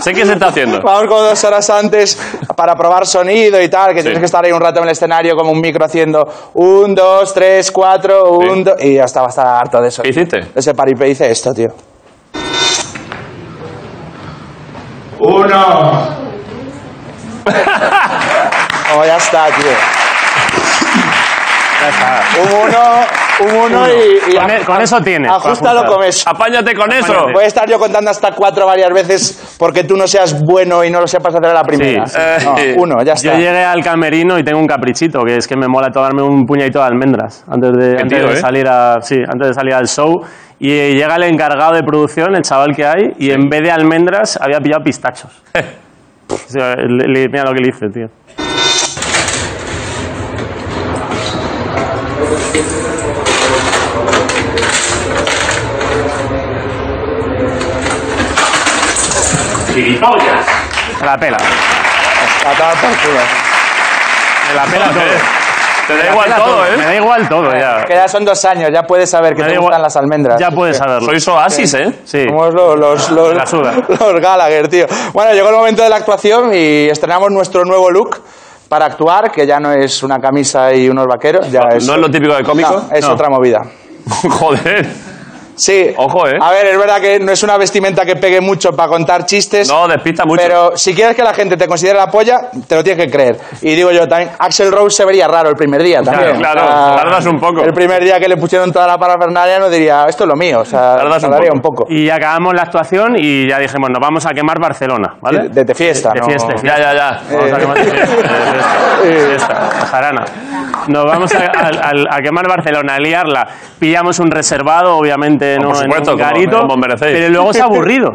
[SPEAKER 1] Sé que se está haciendo.
[SPEAKER 25] Vamos como dos horas antes para probar sonido y tal, que
[SPEAKER 1] Sí.
[SPEAKER 25] tienes que estar ahí un rato en el escenario como un micro haciendo un, dos, tres, cuatro, un, dos... Y ya estaba estar harto de eso.
[SPEAKER 1] ¿Qué hiciste?
[SPEAKER 25] Ese paripé hice esto, tío.
[SPEAKER 20] Uno.
[SPEAKER 25] Oh, ya está, tío. Un uno, un uno,
[SPEAKER 26] Uno.
[SPEAKER 25] y... y
[SPEAKER 26] Con
[SPEAKER 25] a-
[SPEAKER 26] e- con eso tienes, para
[SPEAKER 25] Ajustalo
[SPEAKER 26] ajustar.
[SPEAKER 25] con eso.
[SPEAKER 1] Apáñate con eso.
[SPEAKER 25] Bueno, Voy a estar yo contando hasta cuatro varias veces porque tú no seas bueno y no lo sepas hacer a la primera. Eh, No, uno, ya está.
[SPEAKER 26] Eh, Yo llegué al camerino y tengo un caprichito, que es que me mola tomarme un puñadito de almendras antes de, antes
[SPEAKER 1] tío,
[SPEAKER 26] de
[SPEAKER 1] ¿eh?
[SPEAKER 26] salir a, sí, antes de salir al show. Y eh, llega el encargado de producción, el chaval que hay, y en vez de almendras había pillado pistachos.
[SPEAKER 25] Eh.
[SPEAKER 26] O sea, le- le- mira lo que le hice, tío. ¡Gilipollas! La pela.
[SPEAKER 25] A tomar por culo.
[SPEAKER 26] Me la pela todo.
[SPEAKER 1] Te
[SPEAKER 26] Me
[SPEAKER 1] da
[SPEAKER 26] la
[SPEAKER 1] igual
[SPEAKER 26] pela
[SPEAKER 1] todo, ¿eh?
[SPEAKER 26] Me da igual todo, ya.
[SPEAKER 25] Que ya son dos años, ya puedes saber
[SPEAKER 26] Me
[SPEAKER 25] que
[SPEAKER 26] da
[SPEAKER 25] te
[SPEAKER 26] igual-
[SPEAKER 25] gustan las almendras.
[SPEAKER 26] Ya puedes saberlo.
[SPEAKER 1] Sois oasis, ¿eh?
[SPEAKER 26] Sí.
[SPEAKER 25] Somos los, los, los-
[SPEAKER 26] La suda.
[SPEAKER 25] los Gallagher, tío. Bueno, llegó el momento de la actuación y estrenamos nuestro nuevo look para actuar, que ya no es una camisa y unos vaqueros. Ya
[SPEAKER 1] ¿No es lo típico de cómico?
[SPEAKER 25] No, es
[SPEAKER 1] No.
[SPEAKER 25] otra movida.
[SPEAKER 1] Joder.
[SPEAKER 25] Sí. Ojo, ¿eh? A ver, es verdad que no es una vestimenta que pegue mucho para contar chistes. No, despista mucho. Pero si quieres que la gente te considere la polla, te lo tienes que creer. Y digo yo también, Axel Rose se vería raro el primer día también.
[SPEAKER 1] claro,
[SPEAKER 25] O sea,
[SPEAKER 1] tardas un poco.
[SPEAKER 25] El primer día que le pusieron toda la parafernalia no diría, esto es lo mío. O sea,
[SPEAKER 26] Tardas un
[SPEAKER 25] tardaría
[SPEAKER 26] poco.
[SPEAKER 25] un poco.
[SPEAKER 26] Y acabamos la actuación y ya dijimos, nos vamos a quemar Barcelona, ¿vale?
[SPEAKER 25] De, de fiesta,
[SPEAKER 26] De
[SPEAKER 25] ¿no?
[SPEAKER 26] fiesta, de fiesta.
[SPEAKER 25] Ya, ya, ya.
[SPEAKER 26] Vamos a
[SPEAKER 25] Eh.
[SPEAKER 26] quemar de fiesta, de fiesta, de fiesta, jarana. Nos vamos a, a- a- a quemar Barcelona, a liarla. Pillamos un reservado, obviamente, no
[SPEAKER 1] por supuesto,
[SPEAKER 26] en
[SPEAKER 1] como-
[SPEAKER 26] un garito,
[SPEAKER 1] como merecéis.
[SPEAKER 26] pero luego es aburrido.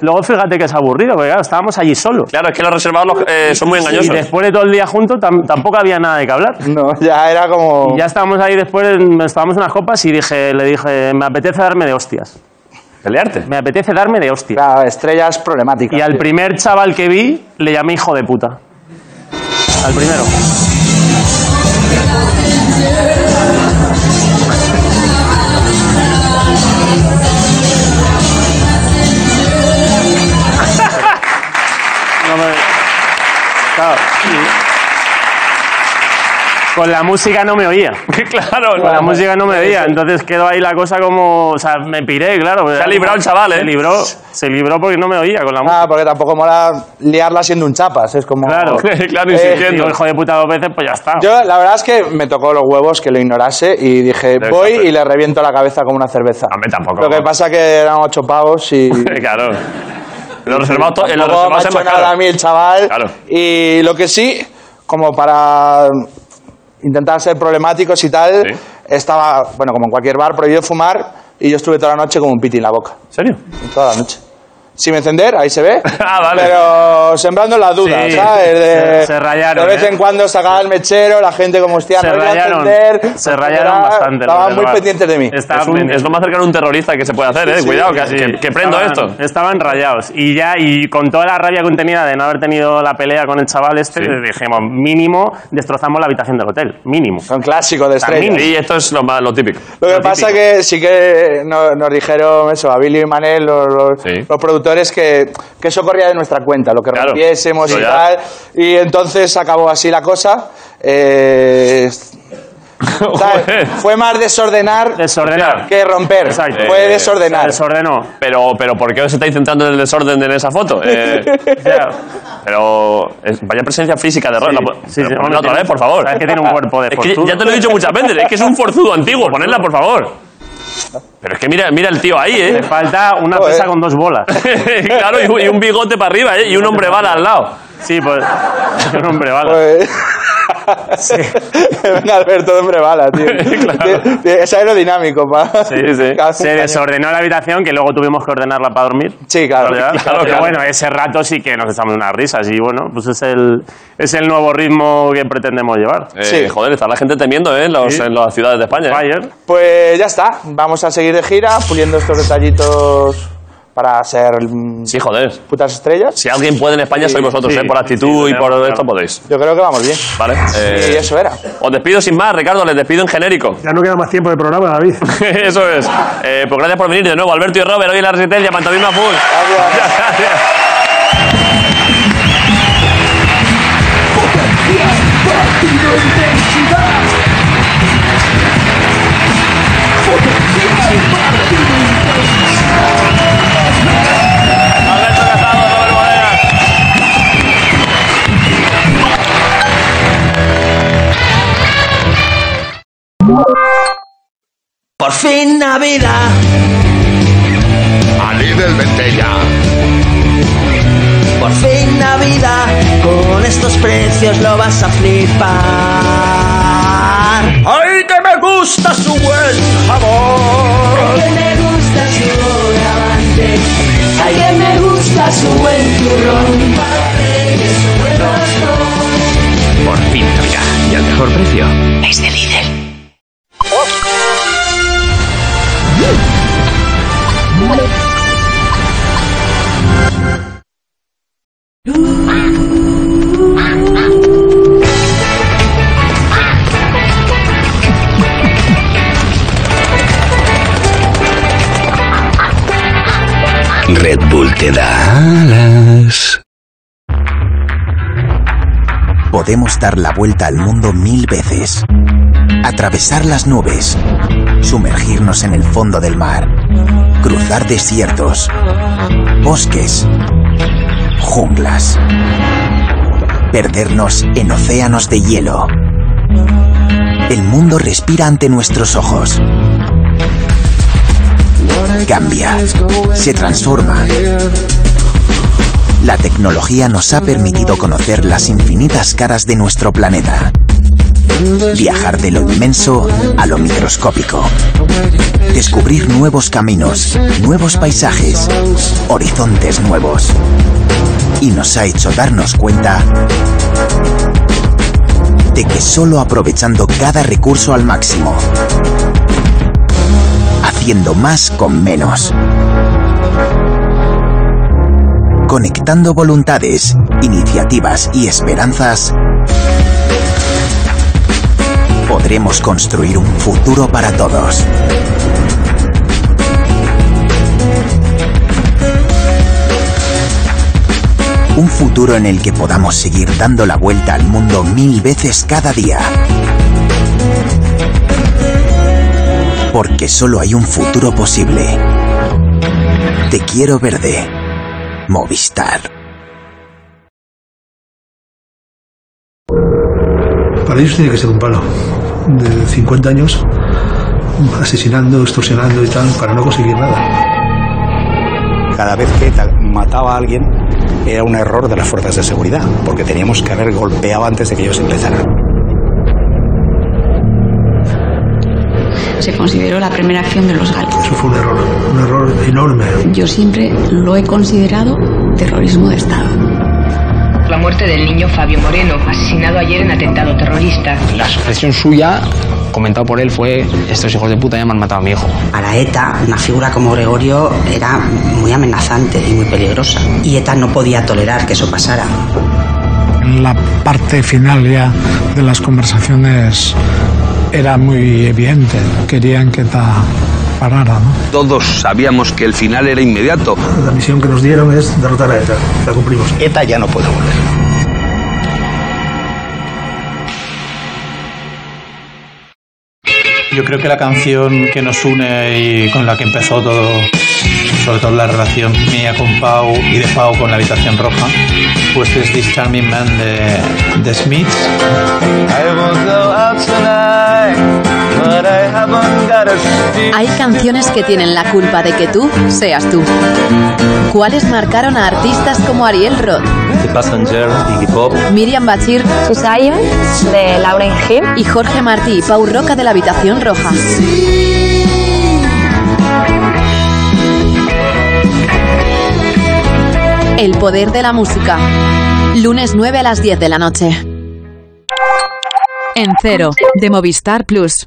[SPEAKER 26] Luego fíjate que es aburrido, porque claro, estábamos allí solos.
[SPEAKER 1] Claro, es que los reservados los- eh, son muy engañosos.
[SPEAKER 26] Y después de todo el día juntos tam- tampoco había nada de que hablar.
[SPEAKER 25] No, ya era como...
[SPEAKER 26] ya estábamos ahí después, en- estábamos unas copas y dije, le dije, me apetece darme de hostias.
[SPEAKER 1] ¿Pelearte?
[SPEAKER 26] Me apetece darme de hostias.
[SPEAKER 25] Claro, estrellas problemáticas.
[SPEAKER 26] Y al primer chaval que vi, le llamé hijo de puta. Al primero. No me- Claro. Con la música no me oía.
[SPEAKER 1] claro,
[SPEAKER 26] con la
[SPEAKER 1] no.
[SPEAKER 26] música no me oía. Entonces quedó ahí la cosa como. O sea, me piré, claro.
[SPEAKER 1] Se ha librado el chaval, ¿eh?
[SPEAKER 26] Se libró, se libró porque no me oía con la música.
[SPEAKER 25] Ah, porque tampoco mola liarla siendo un chapas, es como...
[SPEAKER 26] Claro,
[SPEAKER 25] Eh,
[SPEAKER 26] Digo, hijo de puta dos veces, pues ya está.
[SPEAKER 25] Yo, la verdad es que me tocó los huevos que lo ignorase y dije,
[SPEAKER 26] Debe
[SPEAKER 25] voy
[SPEAKER 26] ser,
[SPEAKER 25] y le reviento la cabeza como una cerveza. A
[SPEAKER 1] mí tampoco.
[SPEAKER 25] Lo que pasa que eran ocho pavos y...
[SPEAKER 1] claro. Los reservados, to- eh, los
[SPEAKER 25] Tampoco
[SPEAKER 1] reservados
[SPEAKER 25] me ha
[SPEAKER 1] se
[SPEAKER 25] hecho nada a mí el chaval. Y lo que sí, como para intentar ser problemáticos y tal, estaba, bueno, como en cualquier bar, prohibido fumar y yo estuve toda la noche con un piti en la boca.
[SPEAKER 1] ¿En serio?
[SPEAKER 25] Toda la noche. Sin encender, ahí se ve.
[SPEAKER 1] Ah, vale.
[SPEAKER 25] Pero sembrando la duda,
[SPEAKER 1] Sí.
[SPEAKER 25] ¿sabes?
[SPEAKER 1] Se- se rayaron,
[SPEAKER 25] De vez
[SPEAKER 1] ¿eh?
[SPEAKER 25] en cuando sacaba el mechero, la gente como, hostia,
[SPEAKER 1] Se
[SPEAKER 25] no voy a
[SPEAKER 1] rayaron,
[SPEAKER 25] encender.
[SPEAKER 1] se rayaron bastante. los
[SPEAKER 25] Estaban Ah, muy
[SPEAKER 1] reservados.
[SPEAKER 25] pendientes de mí.
[SPEAKER 1] Está-
[SPEAKER 25] Es un-
[SPEAKER 1] es lo más cercano a un terrorista que se puede hacer, ¿eh?
[SPEAKER 26] Sí,
[SPEAKER 1] Cuidado,
[SPEAKER 26] sí,
[SPEAKER 1] que,
[SPEAKER 26] sí.
[SPEAKER 1] que- que prendo
[SPEAKER 26] Estaban-
[SPEAKER 1] esto.
[SPEAKER 26] Estaban rayados. Y ya, y con toda la rabia contenida de no haber tenido la pelea con el chaval este, dijimos, mínimo, destrozamos la habitación del hotel. Mínimo.
[SPEAKER 25] Son clásicos de estrella.
[SPEAKER 1] Y esto es lo, más, lo típico.
[SPEAKER 25] Lo que pasa que sí que no- nos dijeron eso, a Billy y Manel, los, los- los productores, que, que eso corría de nuestra cuenta, lo que rompiésemos
[SPEAKER 1] eso
[SPEAKER 25] y
[SPEAKER 1] ya.
[SPEAKER 25] tal. Y entonces acabó así la cosa. Eh, ¿sabes? Fue más desordenar, que romper. Fue
[SPEAKER 1] Eh,
[SPEAKER 25] desordenar.
[SPEAKER 1] Pero, pero ¿por qué os estáis centrando en el desorden en esa foto? Eh, pero es- vaya presencia física de Ron. la po- pero ponla
[SPEAKER 26] hombre,
[SPEAKER 1] otra
[SPEAKER 26] tiene-
[SPEAKER 1] vez, por favor.
[SPEAKER 26] sabes que tiene un cuerpo de
[SPEAKER 1] Es que
[SPEAKER 26] forzudo.
[SPEAKER 1] ya te lo he dicho muchas veces, es que es un forzudo antiguo. Ponedla, por favor. Pero es que mira, mira el tío ahí, ¿eh?
[SPEAKER 26] Le falta una pesa con dos bolas.
[SPEAKER 1] claro, y un- y un bigote para arriba, ¿eh? Y un hombre bala al lado.
[SPEAKER 26] Sí, pues. Un hombre bala.
[SPEAKER 25] Pues Venga, Alberto, de hombre bala, tío. Tie- tie- Es aerodinámico, pa.
[SPEAKER 26] Se desordenó la habitación que luego tuvimos que ordenarla para dormir.
[SPEAKER 25] Sí, claro. Claro,
[SPEAKER 26] Pero
[SPEAKER 25] claro.
[SPEAKER 26] bueno, ese rato sí que nos echamos unas risas y bueno, pues es el, es el nuevo ritmo que pretendemos llevar.
[SPEAKER 1] Eh, Joder, está la gente temiendo, ¿eh? Los- En las ciudades de España. ¿eh?
[SPEAKER 26] Ayer.
[SPEAKER 25] Pues ya está, vamos a seguir de gira puliendo estos detallitos para ser mm, putas estrellas.
[SPEAKER 1] Si alguien puede en España,
[SPEAKER 25] Sí.
[SPEAKER 1] sois vosotros,
[SPEAKER 25] Sí,
[SPEAKER 1] ¿eh? Por actitud
[SPEAKER 25] sí,
[SPEAKER 1] y por
[SPEAKER 25] claro.
[SPEAKER 1] esto podéis.
[SPEAKER 25] Yo creo que vamos bien.
[SPEAKER 1] Vale. eh,
[SPEAKER 25] Y eso era.
[SPEAKER 1] Os despido sin más, Ricardo, les despido en genérico.
[SPEAKER 8] Ya no queda más tiempo de programa, David.
[SPEAKER 1] Eso es. Eh, pues gracias por venir de nuevo, Alberto y Robert, hoy en la Resistencia, Pantomima Full.
[SPEAKER 4] Por fin Navidad.
[SPEAKER 2] A del Ventella.
[SPEAKER 4] Por fin Navidad, con estos precios lo vas a flipar. ¡Ay, que me gusta su buen jabón! ¡Ay, que me gusta su bogavante! ¡Ay, que me gusta su buen turrón!
[SPEAKER 5] Por fin Navidad y al mejor precio.
[SPEAKER 4] Es de Lidl.
[SPEAKER 27] Red Bull te da alas.
[SPEAKER 10] Podemos dar la vuelta al mundo mil veces, Atravesar las nubes. Sumergirnos en el fondo del mar. Cruzar desiertos. Bosques. Junglas. Perdernos en océanos de hielo. El mundo respira ante nuestros ojos. Cambia. Se transforma. La tecnología nos ha permitido conocer las infinitas caras de nuestro planeta. Viajar de lo inmenso a lo microscópico. Descubrir nuevos caminos, nuevos paisajes, horizontes nuevos. Y nos ha hecho darnos cuenta de que solo aprovechando cada recurso al máximo, haciendo más con menos. Conectando voluntades, iniciativas y esperanzas, podremos construir un futuro para todos. Un futuro en el que podamos seguir dando la vuelta al mundo mil veces cada día. Porque solo hay un futuro posible. Te quiero verde. Movistar.
[SPEAKER 6] Para ellos tiene que ser un palo de 50 años asesinando, extorsionando y tal, para no conseguir nada.
[SPEAKER 7] Cada vez que ETA mataba a alguien era un error de las fuerzas de seguridad, porque teníamos que haber golpeado antes de que ellos empezaran.
[SPEAKER 23] Se consideró la primera acción de los galos.
[SPEAKER 6] Eso fue un error, un error enorme.
[SPEAKER 23] Yo siempre lo he considerado terrorismo de Estado.
[SPEAKER 28] La muerte del niño Fabio Moreno, asesinado ayer en atentado terrorista.
[SPEAKER 29] La sucesión suya, comentado por él, fue estos hijos de puta ya me han matado a mi hijo.
[SPEAKER 30] Para ETA, una figura como Gregorio era muy amenazante y muy peligrosa. Y ETA no podía tolerar que eso pasara.
[SPEAKER 31] En la parte final ya de las conversaciones era muy evidente, querían que ta parara, ¿no?
[SPEAKER 32] Todos sabíamos que el final era inmediato.
[SPEAKER 6] La misión que nos dieron es derrotar a ETA, la cumplimos.
[SPEAKER 7] ETA ya no puede volver.
[SPEAKER 11] Yo creo que la canción que nos une y con la que empezó todo, sobre todo la relación mía con Pau y de Pau con la habitación roja, pues es This Charming Man de, de Smiths.
[SPEAKER 33] Hay canciones que tienen la culpa de que tú seas tú. ¿Cuáles marcaron a artistas como Ariel Roth,
[SPEAKER 11] The Passenger, Iggy Pop,
[SPEAKER 33] Miriam Bachir,
[SPEAKER 34] Susayon de Lauren Hill
[SPEAKER 33] y Jorge Martí y Pau Roca de la Habitación Roja? El poder de la música. Lunes 9 a las 10 de la noche. En cero, de Movistar Plus.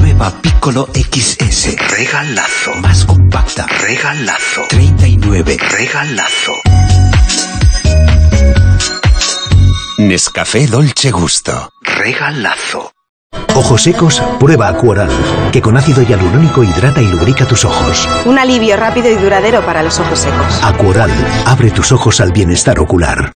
[SPEAKER 10] Nueva Piccolo XS. Regalazo. Más compacta. Regalazo. 39. Regalazo. Nescafé Dolce Gusto. Regalazo.
[SPEAKER 35] Ojos secos, prueba Acuoral, que con ácido hialurónico hidrata y lubrica tus ojos.
[SPEAKER 36] Un alivio rápido y duradero para los ojos secos.
[SPEAKER 35] Acuoral, abre tus ojos al bienestar ocular.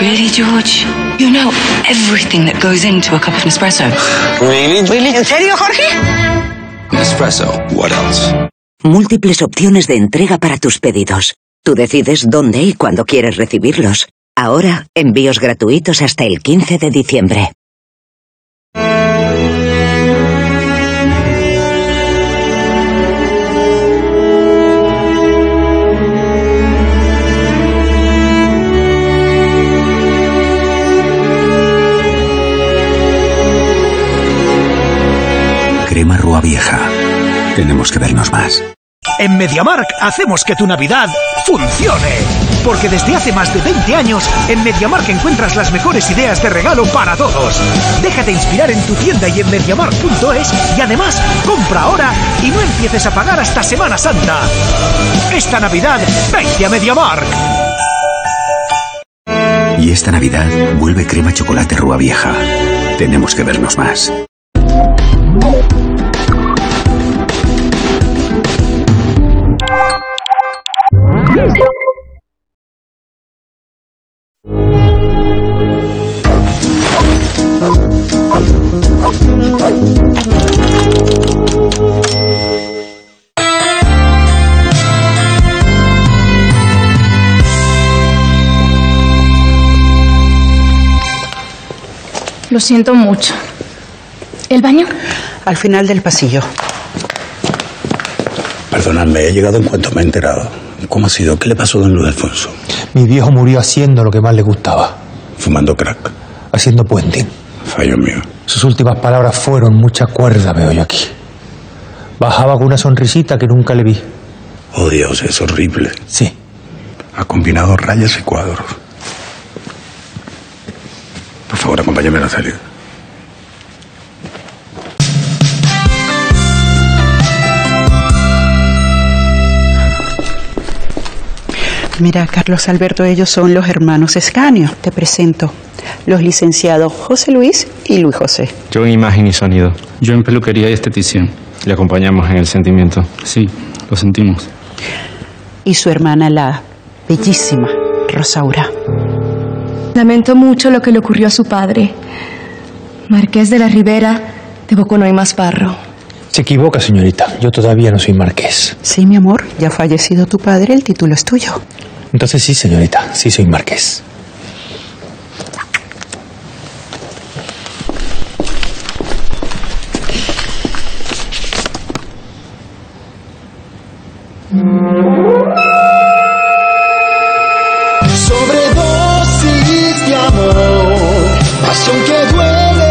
[SPEAKER 37] Really, George? You know everything that goes into a cup of Nespresso.
[SPEAKER 38] Really?
[SPEAKER 37] Really?
[SPEAKER 38] ¿En serio, Jorge?
[SPEAKER 32] Nespresso. What else?
[SPEAKER 39] Múltiples opciones de entrega para tus pedidos. Tú decides dónde y cuándo quieres recibirlos. Ahora, envíos gratuitos hasta el 15 de diciembre.
[SPEAKER 35] Crema Rúa Vieja. Tenemos que vernos más.
[SPEAKER 40] En MediaMark hacemos que tu Navidad funcione. Porque desde hace más de 20 años, en MediaMark encuentras las mejores ideas de regalo para todos. Déjate inspirar en tu tienda y en MediaMark.es y además compra ahora y no empieces a pagar hasta Semana Santa. Esta Navidad, vente a MediaMark.
[SPEAKER 7] Y esta Navidad vuelve crema chocolate rúa vieja. Tenemos que vernos más.
[SPEAKER 41] Lo siento mucho. ¿El baño?
[SPEAKER 30] Al final del pasillo.
[SPEAKER 3] Perdonadme, he llegado en cuanto me he enterado. ¿Cómo ha sido? ¿Qué le pasó a don Luis Alfonso?
[SPEAKER 31] Mi viejo murió haciendo lo que más le gustaba.
[SPEAKER 3] Fumando crack.
[SPEAKER 31] Haciendo puenting.
[SPEAKER 3] Fallo mío.
[SPEAKER 31] Sus últimas palabras fueron mucha cuerda, veo yo aquí. Bajaba con una sonrisita que nunca le vi.
[SPEAKER 3] Oh Dios, es horrible.
[SPEAKER 31] Sí.
[SPEAKER 3] Ha combinado rayas y cuadros. Por favor, acompáñame a la salida.
[SPEAKER 30] Mira, Carlos Alberto, ellos son los hermanos Escanio. Te presento los licenciados José Luis y Luis José.
[SPEAKER 26] Yo en imagen y sonido.
[SPEAKER 42] Yo en peluquería y estetición.
[SPEAKER 26] Le acompañamos en el sentimiento.
[SPEAKER 42] Sí, lo sentimos.
[SPEAKER 30] Y su hermana, la bellísima Rosaura.
[SPEAKER 41] Lamento mucho lo que le ocurrió a su padre. Marqués de la Ribera de Boconoimas Barro.
[SPEAKER 31] Se equivoca, señorita. Yo todavía no soy marqués.
[SPEAKER 30] Sí, mi amor. Ya ha fallecido tu padre, el título es tuyo.
[SPEAKER 31] Entonces sí, señorita. Sí soy marqués.
[SPEAKER 4] Sobredosis de amor, pasión que duele.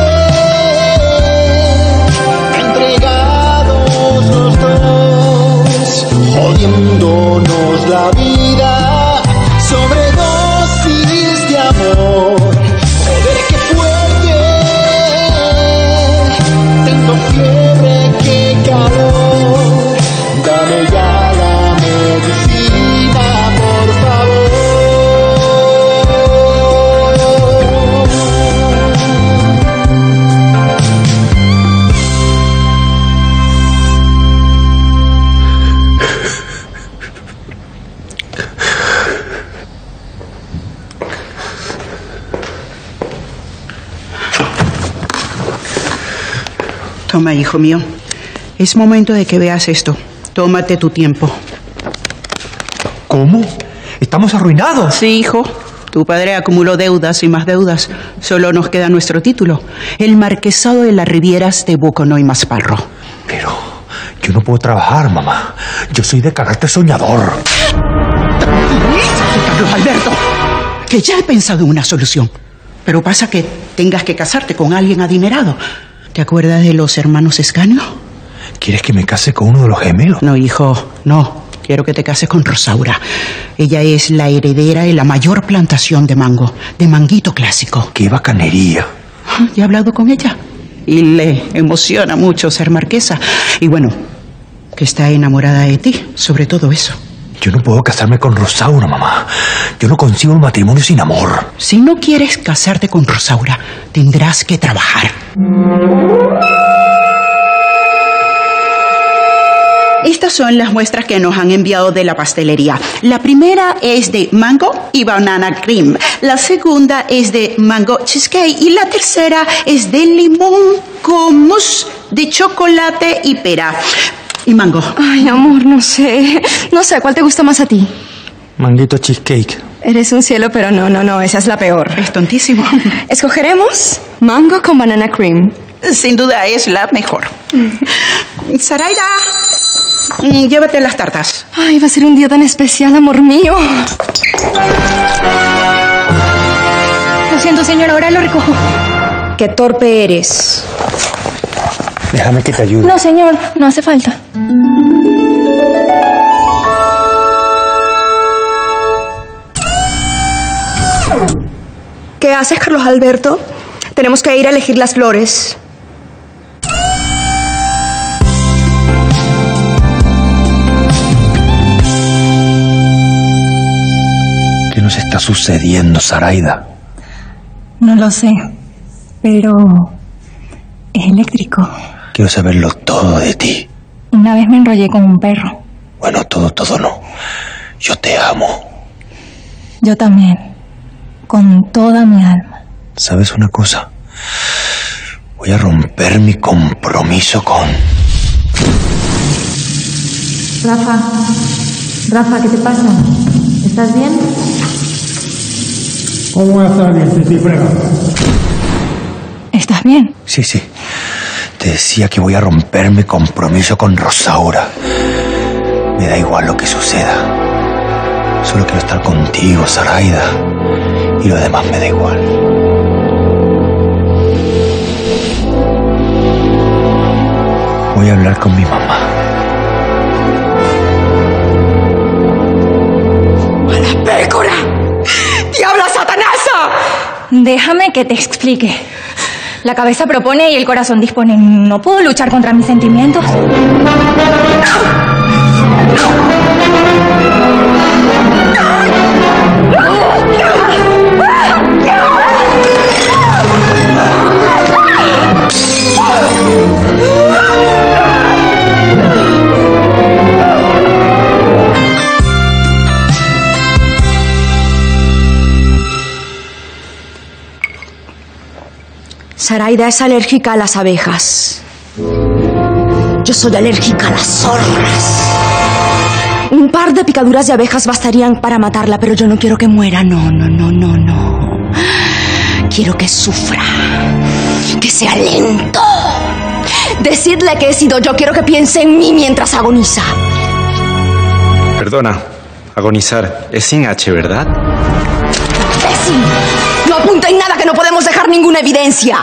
[SPEAKER 4] Entregados los dos, jodiéndonos la vida. Sobredosis de amor, joder que fuerte. Tengo fiebre que calor. Dame ya la medicina, por favor.
[SPEAKER 30] Toma, hijo mío. Es momento de que veas esto. Tómate tu tiempo.
[SPEAKER 31] ¿Cómo? Estamos arruinados.
[SPEAKER 30] Sí, hijo. Tu padre acumuló deudas y más deudas. Solo nos queda nuestro título. El marquesado de las Rivieras de Bocono y Masparro.
[SPEAKER 31] Pero yo no puedo trabajar, mamá. Yo soy de carácter soñador.
[SPEAKER 30] Carlos Alberto, que ya he pensado una solución. Pero pasa que tengas que casarte con alguien adinerado. ¿Te acuerdas de los hermanos Escanio?
[SPEAKER 31] ¿Quieres que me case con uno de los gemelos?
[SPEAKER 30] No, hijo, no. Quiero que te cases con Rosaura. Ella es la heredera de la mayor plantación de mango, de manguito clásico.
[SPEAKER 31] ¡Qué bacanería!
[SPEAKER 30] Ah, Ya he hablado con ella. Y le emociona mucho ser marquesa. Y bueno, que está enamorada de ti, sobre todo eso.
[SPEAKER 31] Yo no puedo casarme con Rosaura, mamá. Yo no consigo un matrimonio sin amor.
[SPEAKER 30] Si no quieres casarte con Rosaura, tendrás que trabajar. Estas son las muestras que nos han enviado de la pastelería. La primera es de mango y banana cream. La segunda es de mango cheesecake. Y la tercera es de limón con mousse de chocolate y pera. Y mango.
[SPEAKER 41] Ay, amor, no sé. No sé, ¿cuál te gusta más a ti?
[SPEAKER 31] Manguito cheesecake.
[SPEAKER 41] Eres un cielo, pero no, no, no, esa es la peor.
[SPEAKER 30] Es tontísimo.
[SPEAKER 41] Escogeremos mango con banana cream.
[SPEAKER 30] Sin duda es la mejor. Saraida, mm, llévate las tartas.
[SPEAKER 41] Ay, va a ser un día tan especial, amor mío.
[SPEAKER 6] Lo siento, señora, ahora lo recojo. Qué torpe eres.
[SPEAKER 31] Déjame que te ayude.
[SPEAKER 6] No, señor, no hace falta. ¿Qué haces, Carlos Alberto? Tenemos que ir a elegir las flores.
[SPEAKER 31] ¿Qué nos está sucediendo, Saraida?
[SPEAKER 6] No lo sé, pero es eléctrico.
[SPEAKER 3] Quiero saberlo todo de ti.
[SPEAKER 6] Una vez me enrollé con un perro.
[SPEAKER 3] Bueno, todo, todo no. Yo te amo.
[SPEAKER 6] Yo también. Con toda mi alma.
[SPEAKER 3] ¿Sabes una cosa? Voy a romper mi compromiso con...
[SPEAKER 27] Rafa, Rafa, ¿qué te pasa? ¿Estás bien?
[SPEAKER 21] ¿Cómo voy a estar este bien, Cifrega?
[SPEAKER 6] ¿Estás bien?
[SPEAKER 3] Sí, sí. Te decía que voy a romper mi compromiso con Rosaura. Me da igual lo que suceda. Solo quiero estar contigo, Saraida. Y lo demás me da igual. Voy a hablar con mi mamá.
[SPEAKER 43] ¡A la pécora! ¡Diabla satanasa!
[SPEAKER 6] Déjame que te explique. La cabeza propone y el corazón dispone. No puedo luchar contra mis sentimientos.
[SPEAKER 41] Saraida es alérgica a las abejas. Yo soy alérgica a las zorras. Un par de picaduras de abejas bastarían para matarla, pero yo no quiero que muera. No, no, no, no, no. Quiero que sufra. Que sea lento. Decidle que he sido yo. Quiero que piense en mí mientras agoniza.
[SPEAKER 5] Perdona, agonizar es sin H, ¿verdad?
[SPEAKER 41] ¡Imbécil! No apunta en nada que no podemos dejar ninguna evidencia.